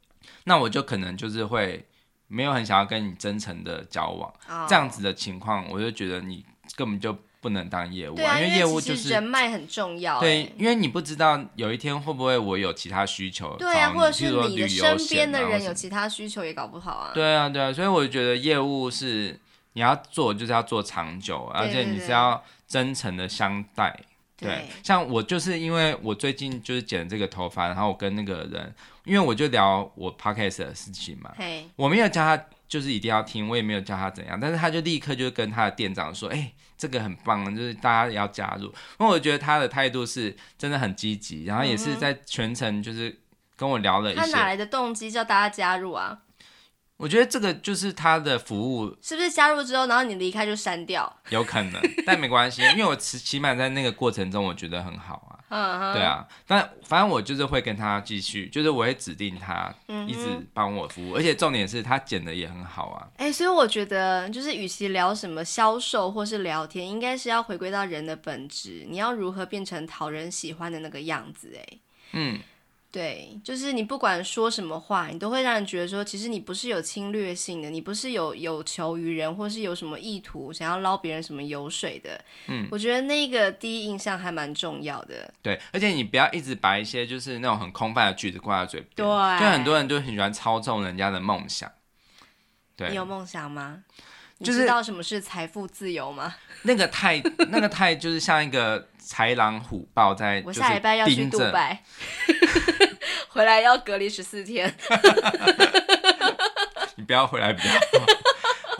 [SPEAKER 2] 那我就可能就是会没有很想要跟你真诚的交往，
[SPEAKER 1] 哦
[SPEAKER 2] 这样子的情况，我就觉得你根本就不能当业务
[SPEAKER 1] 对啊，
[SPEAKER 2] 因
[SPEAKER 1] 因
[SPEAKER 2] 业务就
[SPEAKER 1] 其实
[SPEAKER 2] 是
[SPEAKER 1] 人。脉很重要，
[SPEAKER 2] 对
[SPEAKER 1] 哎，
[SPEAKER 2] 因为你不知道有一天会不会我有其他需求哦找你，
[SPEAKER 1] 对啊，或者
[SPEAKER 2] 譬
[SPEAKER 1] 是
[SPEAKER 2] 如说
[SPEAKER 1] 你的
[SPEAKER 2] 旅游
[SPEAKER 1] 身边
[SPEAKER 2] 险
[SPEAKER 1] 的
[SPEAKER 2] 啊或
[SPEAKER 1] 人
[SPEAKER 2] 什
[SPEAKER 1] 有
[SPEAKER 2] 么
[SPEAKER 1] 其他需求也搞不好啊，
[SPEAKER 2] 对啊，对啊，所以我觉得业务是你要做，就是要做长久，而且
[SPEAKER 1] 对
[SPEAKER 2] 你
[SPEAKER 1] 对
[SPEAKER 2] 是要真诚的相待。
[SPEAKER 1] 对，
[SPEAKER 2] 像我就是因为我最近就是剪这个头发，然后我跟那个人，因为我就聊我 podcast 的事情嘛，
[SPEAKER 1] 嘿，
[SPEAKER 2] 我没有教他就是一定要听，我也没有教他怎样，但是他就立刻就跟他的店长说，哎、这个很棒，就是大家也要加入。因为我觉得他的态度是真的很积极，然后也
[SPEAKER 1] 嗯
[SPEAKER 2] 是
[SPEAKER 1] 哼
[SPEAKER 2] 在全程就是跟我聊了一
[SPEAKER 1] 他哪
[SPEAKER 2] 些，
[SPEAKER 1] 来的动机叫大家加入啊？
[SPEAKER 2] 我觉得这个就是他的服务
[SPEAKER 1] 是不是加入之后，然后你离开就删掉？
[SPEAKER 2] 有可能，但没关系，因为我起起码在那个过程中，我觉得很好
[SPEAKER 1] 嗯
[SPEAKER 2] 啊，
[SPEAKER 1] 哼，
[SPEAKER 2] 对，啊，但反正我就是会跟他继续，就是我会指定他
[SPEAKER 1] 嗯哼
[SPEAKER 2] 一直帮我服务，而且重点是他剪的也很好啊，
[SPEAKER 1] 哎、所以我觉得，就是与其聊什么销售或是聊天，应该是要回归到人的本质，你要如何变成讨人喜欢的那个样子、哎，
[SPEAKER 2] 嗯，
[SPEAKER 1] 对，就是你不管说什么话，你都会让人觉得说，其实你不是有侵略性的，你不是有有求于人，或是有什么意图想要捞别人什么油水的。
[SPEAKER 2] 嗯，
[SPEAKER 1] 我觉得那个第一印象还蛮重要的。
[SPEAKER 2] 对，而且你不要一直把一些就是那种很空泛的句子挂在嘴边，
[SPEAKER 1] 对
[SPEAKER 2] 就很多人就很喜欢操纵人家的梦想，对
[SPEAKER 1] 你，有梦想吗？你
[SPEAKER 2] 就是
[SPEAKER 1] 知道什么是财富自由吗？
[SPEAKER 2] 那个太那个太就是像一个豺狼虎豹在，
[SPEAKER 1] 我
[SPEAKER 2] 就是
[SPEAKER 1] 下礼拜要去
[SPEAKER 2] 盯
[SPEAKER 1] 杜
[SPEAKER 2] 着
[SPEAKER 1] 拜， (laughs) 回来要隔离十四天。
[SPEAKER 2] 你不要回来，比较好。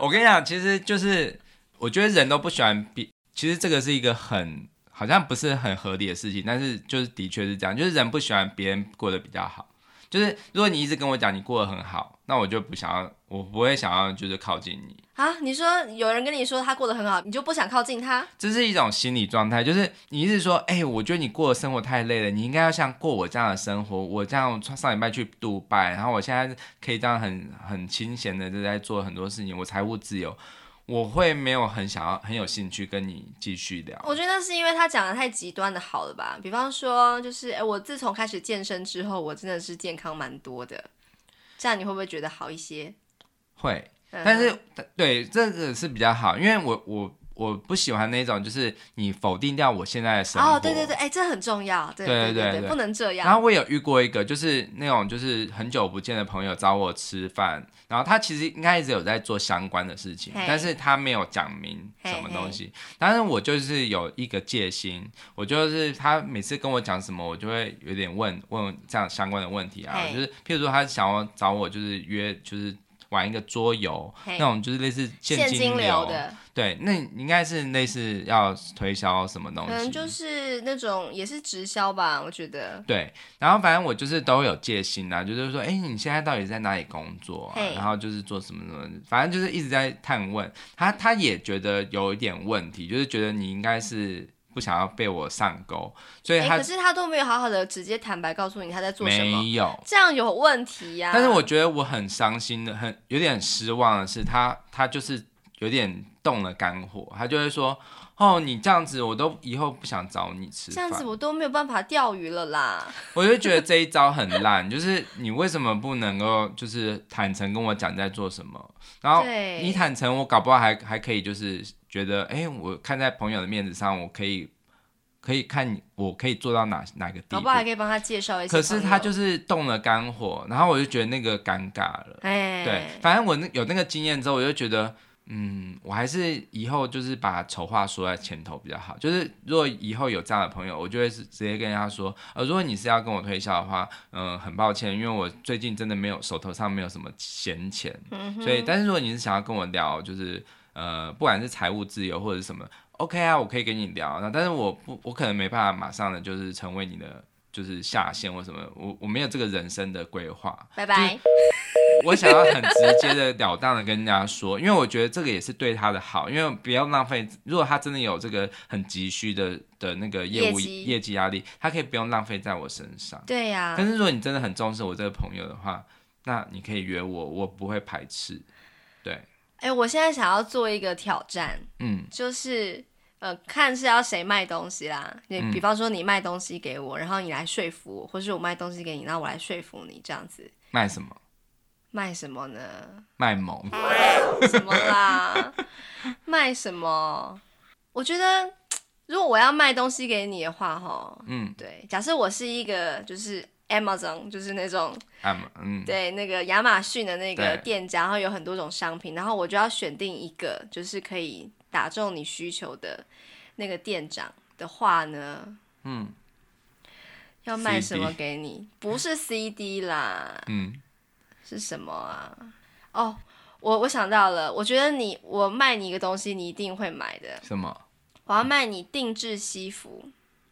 [SPEAKER 2] (laughs) 我跟你讲，其实就是我觉得人都不喜欢比，其实这个是一个很好像不是很合理的事情，但是就是的确是这样，就是人不喜欢别人过得比较好。就是如果你一直跟我讲你过得很好，那我就不想要，我不会想要就是靠近你。
[SPEAKER 1] 啊，你说有人跟你说他过得很好，你就不想靠近他？
[SPEAKER 2] 这是一种心理状态，就是你一直说，哎、我觉得你过的生活太累了，你应该要像过我这样的生活。我这样上上礼拜去杜拜，然后我现在可以这样很很清闲的就在做很多事情，我财务自由，我会没有很想要很有兴趣跟你继续聊。
[SPEAKER 1] 我觉得那是因为他讲的太极端的好了吧？比方说，就是哎，诶我自从开始健身之后，我真的是健康蛮多的。这样你会不会觉得好一些？
[SPEAKER 2] 会，
[SPEAKER 1] 嗯
[SPEAKER 2] 但是对这个是比较好，因为我我我不喜欢那种就是你否定掉我现在的生活。
[SPEAKER 1] 哦，对对对，。哎，这很重要，对
[SPEAKER 2] 对
[SPEAKER 1] 对
[SPEAKER 2] 对对
[SPEAKER 1] 不能这
[SPEAKER 2] 然后
[SPEAKER 1] 样。
[SPEAKER 2] 我有遇过一个，就是那种就是很久不见的朋友找我吃饭，然后他其实应该一直有在做相关的事情
[SPEAKER 1] 嘿，
[SPEAKER 2] 但是他没有讲明什么东西。但是我就是有一个戒心，我就是他每次跟我讲什么，我就会有点问问这样相关的问题啊，
[SPEAKER 1] 嘿
[SPEAKER 2] 就是譬如说他想要找我就是约就是玩一个桌游
[SPEAKER 1] 嘿
[SPEAKER 2] 那种，就是类似
[SPEAKER 1] 现
[SPEAKER 2] 金
[SPEAKER 1] 金流的，
[SPEAKER 2] 对，那你应该是类似要推销什么东
[SPEAKER 1] 可
[SPEAKER 2] 西，
[SPEAKER 1] 能就是那种也是直销吧，我觉得。
[SPEAKER 2] 对，然后反正我就是都有戒心啊，就是说，哎、你现在到底在哪里工作、啊
[SPEAKER 1] 嘿？
[SPEAKER 2] 然后就是做什么什么，反正就是一直在探问他，他也觉得有一点问题，就是觉得你应该是不想要被我上钩，所以
[SPEAKER 1] 哎，
[SPEAKER 2] 他
[SPEAKER 1] 可是他都没有好好的直接坦白告诉你他在做什么，啊
[SPEAKER 2] 没有。
[SPEAKER 1] 这样有问题呀、
[SPEAKER 2] 但是我觉得我很伤心的，很有点失望的是他，他就是有点动了肝火，他就会说，哦，你这样子我都以后不想找你吃
[SPEAKER 1] 这
[SPEAKER 2] 饭
[SPEAKER 1] 样。子我都没有办法钓鱼了啦。
[SPEAKER 2] 我就觉得这一招很烂，就是你为什么不能够就是坦诚跟我讲在做什么？然后
[SPEAKER 1] 对
[SPEAKER 2] 你坦诚，我搞不好还还可以就是觉得，哎、我看在朋友的面子上，我可以可以看你我可以做到哪哪个地
[SPEAKER 1] 搞
[SPEAKER 2] 步
[SPEAKER 1] 不。好还可以帮他介绍一些朋
[SPEAKER 2] 可
[SPEAKER 1] 友。
[SPEAKER 2] 是他就是动了肝火，然后我就觉得那个尴尬了。
[SPEAKER 1] 哎，
[SPEAKER 2] 对，反正我那有那个经验之后，我就觉得，嗯，我还是以后就是把丑话说在前头比较好。就是如果以后有这样的朋友，我就会是直接跟他说，呃，如果你是要跟我推销的话，嗯、很抱歉，因为我最近真的没有手头上没有什么闲钱，
[SPEAKER 1] 嗯哼
[SPEAKER 2] 所以，但是如果你是想要跟我聊，就是呃，不管是财务自由或者是什么，OK 啊，我可以跟你聊。那但是我不，我可能没办法马上的就是成为你的。就是下线或什么，我我没有这个人生的规划，
[SPEAKER 1] 拜拜。
[SPEAKER 2] 我想要很直接的了当的跟人家说，因为我觉得这个也是对他的好，因为不要浪费。如果他真的有这个很急需的的那个业
[SPEAKER 1] 业
[SPEAKER 2] 务
[SPEAKER 1] 绩啊
[SPEAKER 2] 业绩压力，他可以不用浪费在我身上。
[SPEAKER 1] 对呀、
[SPEAKER 2] 但是如果你真的很重视我这个朋友的话，那你可以约我，我不会排斥。对，
[SPEAKER 1] 哎、我现在想要做一个挑战，
[SPEAKER 2] 嗯，
[SPEAKER 1] 就是呃，看是要谁卖东西啦。你
[SPEAKER 2] 嗯
[SPEAKER 1] 比方说你卖东西给我，然后你来说服我，或是我卖东西给你，然后我来说服你，这样子
[SPEAKER 2] 卖什么？
[SPEAKER 1] 卖什么呢？
[SPEAKER 2] 卖萌。
[SPEAKER 1] 什么啦？卖什么？我觉得如果我要卖东西给你的话，哈，
[SPEAKER 2] 嗯，
[SPEAKER 1] 对，假设我是一个就是 Amazon，就是那种
[SPEAKER 2] 按摩。嗯，
[SPEAKER 1] 对，那个亚马逊的那个
[SPEAKER 2] 对
[SPEAKER 1] 店家，然后有很多种商品，然后我就要选定一个，就是可以打中你需求的那个店长的话呢，
[SPEAKER 2] 嗯
[SPEAKER 1] 要卖什么
[SPEAKER 2] CD
[SPEAKER 1] 给你？不是 CD 啦，
[SPEAKER 2] 嗯，
[SPEAKER 1] 是什么啊？哦，我我想到了，我觉得你我卖你一个东西，你一定会买的。
[SPEAKER 2] 什么？
[SPEAKER 1] 我要卖你定制西服。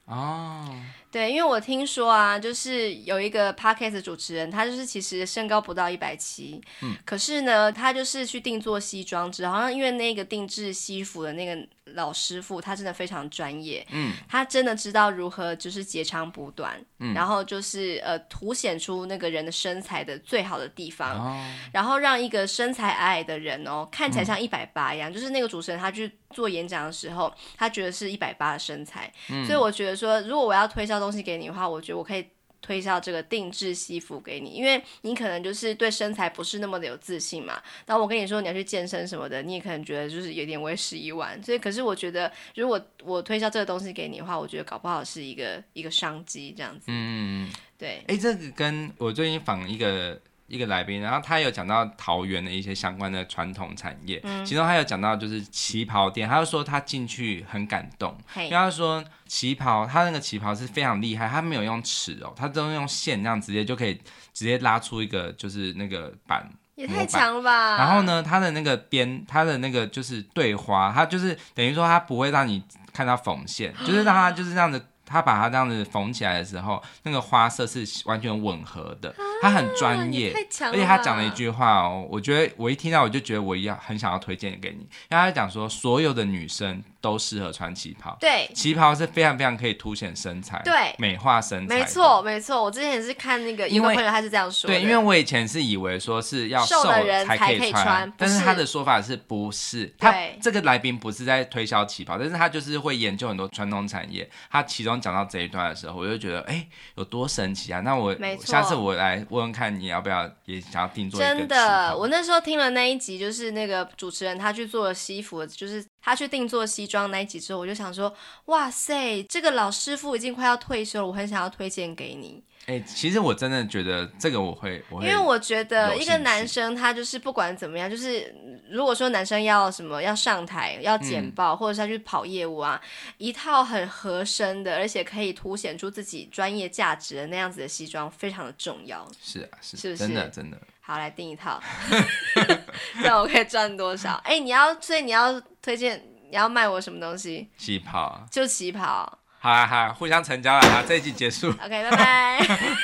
[SPEAKER 2] 哦，
[SPEAKER 1] 对，因为我听说啊，就是有一个 podcast 主持人，他就是其实身高不到一百七，可是呢，他就是去定做西装之后，好像因为那个定制西服的那个老师傅，他真的非常专业，
[SPEAKER 2] 嗯，
[SPEAKER 1] 他真的知道如何就是截长补短，然后就是呃凸显出那个人的身材的最好的地方，
[SPEAKER 2] 哦，
[SPEAKER 1] 然后让一个身材矮矮的人哦，看起来
[SPEAKER 2] 嗯
[SPEAKER 1] 像一百八一样，就是那个主持人他去做演讲的时候，他觉得是一百八的身材，
[SPEAKER 2] 嗯
[SPEAKER 1] 所以我觉得说，如果我要推销东西给你的话，我觉得我可以。推销这个定制西服给你，因为你可能就是对身材不是那么的有自信嘛。然后我跟你说你要去健身什么的，你也可能觉得就是有点为时已晚。所以，可是我觉得如果我推销这个东西给你的话，我觉得搞不好是一个一个商机这样子。
[SPEAKER 2] 嗯嗯嗯。
[SPEAKER 1] 对，
[SPEAKER 2] 哎、这个跟我最近访一个一个来宾，然后他有讲到桃园的一些相关的传统产业，其中他有讲到就是旗袍店，他就说他进去很感动，
[SPEAKER 1] 嘿
[SPEAKER 2] 因为，他说旗袍，他那个旗袍是非常厉害，他没有用尺哦，他都用线这样直接就可以直接拉出一个就是那个板。
[SPEAKER 1] 也
[SPEAKER 2] 模
[SPEAKER 1] 太
[SPEAKER 2] 板
[SPEAKER 1] 强了吧？
[SPEAKER 2] 然后？呢，它的那个边，它的那个就是对花，它就是等于说它不会让你看到缝线，
[SPEAKER 1] (gasps)
[SPEAKER 2] 就是让它就是这样子，它把它这样子缝起来的时候，那个花色是完全吻合的，它很专
[SPEAKER 1] 啊也
[SPEAKER 2] 业。
[SPEAKER 1] 太强
[SPEAKER 2] 而
[SPEAKER 1] 了！
[SPEAKER 2] 且他讲了一，句话哦，我觉得我一听到我就觉得我一样很想要推荐给你，因为他就讲说所有的女生都适合穿旗袍，
[SPEAKER 1] 对，
[SPEAKER 2] 旗袍是非常非常可以凸显身材，
[SPEAKER 1] 对
[SPEAKER 2] 美化身材，
[SPEAKER 1] 没错，，没错。我之前也是看那个一
[SPEAKER 2] 因
[SPEAKER 1] 个
[SPEAKER 2] 为
[SPEAKER 1] 朋友，他是这样说的，
[SPEAKER 2] 对，因为我以前是以为说是要
[SPEAKER 1] 瘦的人
[SPEAKER 2] 才
[SPEAKER 1] 才
[SPEAKER 2] 以
[SPEAKER 1] 可以
[SPEAKER 2] 穿，
[SPEAKER 1] 穿不
[SPEAKER 2] 但是他
[SPEAKER 1] 是
[SPEAKER 2] 的说法是不是？他
[SPEAKER 1] 对
[SPEAKER 2] 这个来宾不是在推销旗袍，但是他就是会研究很多传统产业。他其中讲到这一段的时候，我就觉得哎、有多神奇啊！那我
[SPEAKER 1] 没错
[SPEAKER 2] 下次我来问问看，你要不要也想要定做一个
[SPEAKER 1] 真
[SPEAKER 2] 旗
[SPEAKER 1] 的，
[SPEAKER 2] 袍
[SPEAKER 1] 我那时候听了那一集，就是那个主持人他去做西服，就是他去定做西装那一集之后，我就想说，哇塞，这个老师傅已经快要退休了，我很想要推荐给你，
[SPEAKER 2] 哎、其实我真的觉得这个我会，我
[SPEAKER 1] 因
[SPEAKER 2] 会
[SPEAKER 1] 为我觉得
[SPEAKER 2] 有
[SPEAKER 1] 一
[SPEAKER 2] 兴
[SPEAKER 1] 个
[SPEAKER 2] 趣
[SPEAKER 1] 男生他就是不管怎么样，就是如果说男生要什么要上台要
[SPEAKER 2] 嗯
[SPEAKER 1] 简报，或者是要去跑业务啊，一套很合身的，而且可以凸显出自己专业价值的那样子的西装非常的重要。
[SPEAKER 2] 是啊，是
[SPEAKER 1] 是不
[SPEAKER 2] 真的
[SPEAKER 1] 是
[SPEAKER 2] 真的。
[SPEAKER 1] 好，来订一
[SPEAKER 2] (laughs)
[SPEAKER 1] 套， (laughs) 这样我可以赚多少？哎、你要，所以你要推荐，你要卖我什么东西？
[SPEAKER 2] 旗袍啊，
[SPEAKER 1] 就旗袍。
[SPEAKER 2] 好啊啦好啦，互相成交了，好，这一集结束
[SPEAKER 1] OK，拜拜。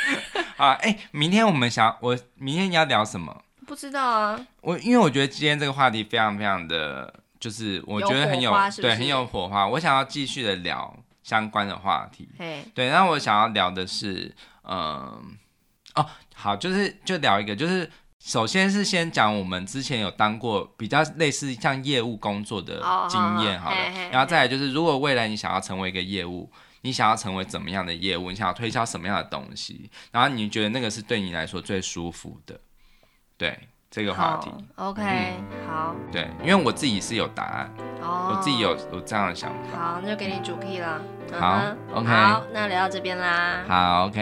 [SPEAKER 1] (laughs)
[SPEAKER 2] 啊！哎、明天我们想，我明天要聊什么？
[SPEAKER 1] 不知道啊，
[SPEAKER 2] 我因为我觉得今天这个话题非常非常的，就是我觉得很
[SPEAKER 1] 有
[SPEAKER 2] 有
[SPEAKER 1] 火花是不是
[SPEAKER 2] 对很有火花。我想要继续的聊相关的话题。
[SPEAKER 1] 嘿，
[SPEAKER 2] 对，那我想要聊的是，嗯，哦，好，就是就聊一个，就是首先是先讲我们之前有当过比较类似像业务工作的
[SPEAKER 1] 哦
[SPEAKER 2] 经验，好
[SPEAKER 1] 好好
[SPEAKER 2] 了
[SPEAKER 1] 嘿嘿，
[SPEAKER 2] 然后再来就是，如果未来你想要成为一个业务。你想要成为怎么样的业务？你想要推销什么样的东西？然后你觉得那个是对你来说最舒服的？对这个
[SPEAKER 1] 好
[SPEAKER 2] 话题，
[SPEAKER 1] ，OK，、好，
[SPEAKER 2] 对，因为我自己是有答案，
[SPEAKER 1] 哦，
[SPEAKER 2] 我自己。有有这样的想法。
[SPEAKER 1] 好，那就给你主 key 了。嗯
[SPEAKER 2] 好
[SPEAKER 1] 哼
[SPEAKER 2] ，OK
[SPEAKER 1] 好，那聊到这边啦。
[SPEAKER 2] 好，OK，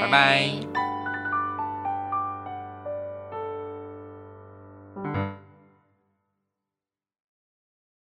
[SPEAKER 1] 拜
[SPEAKER 2] 拜拜。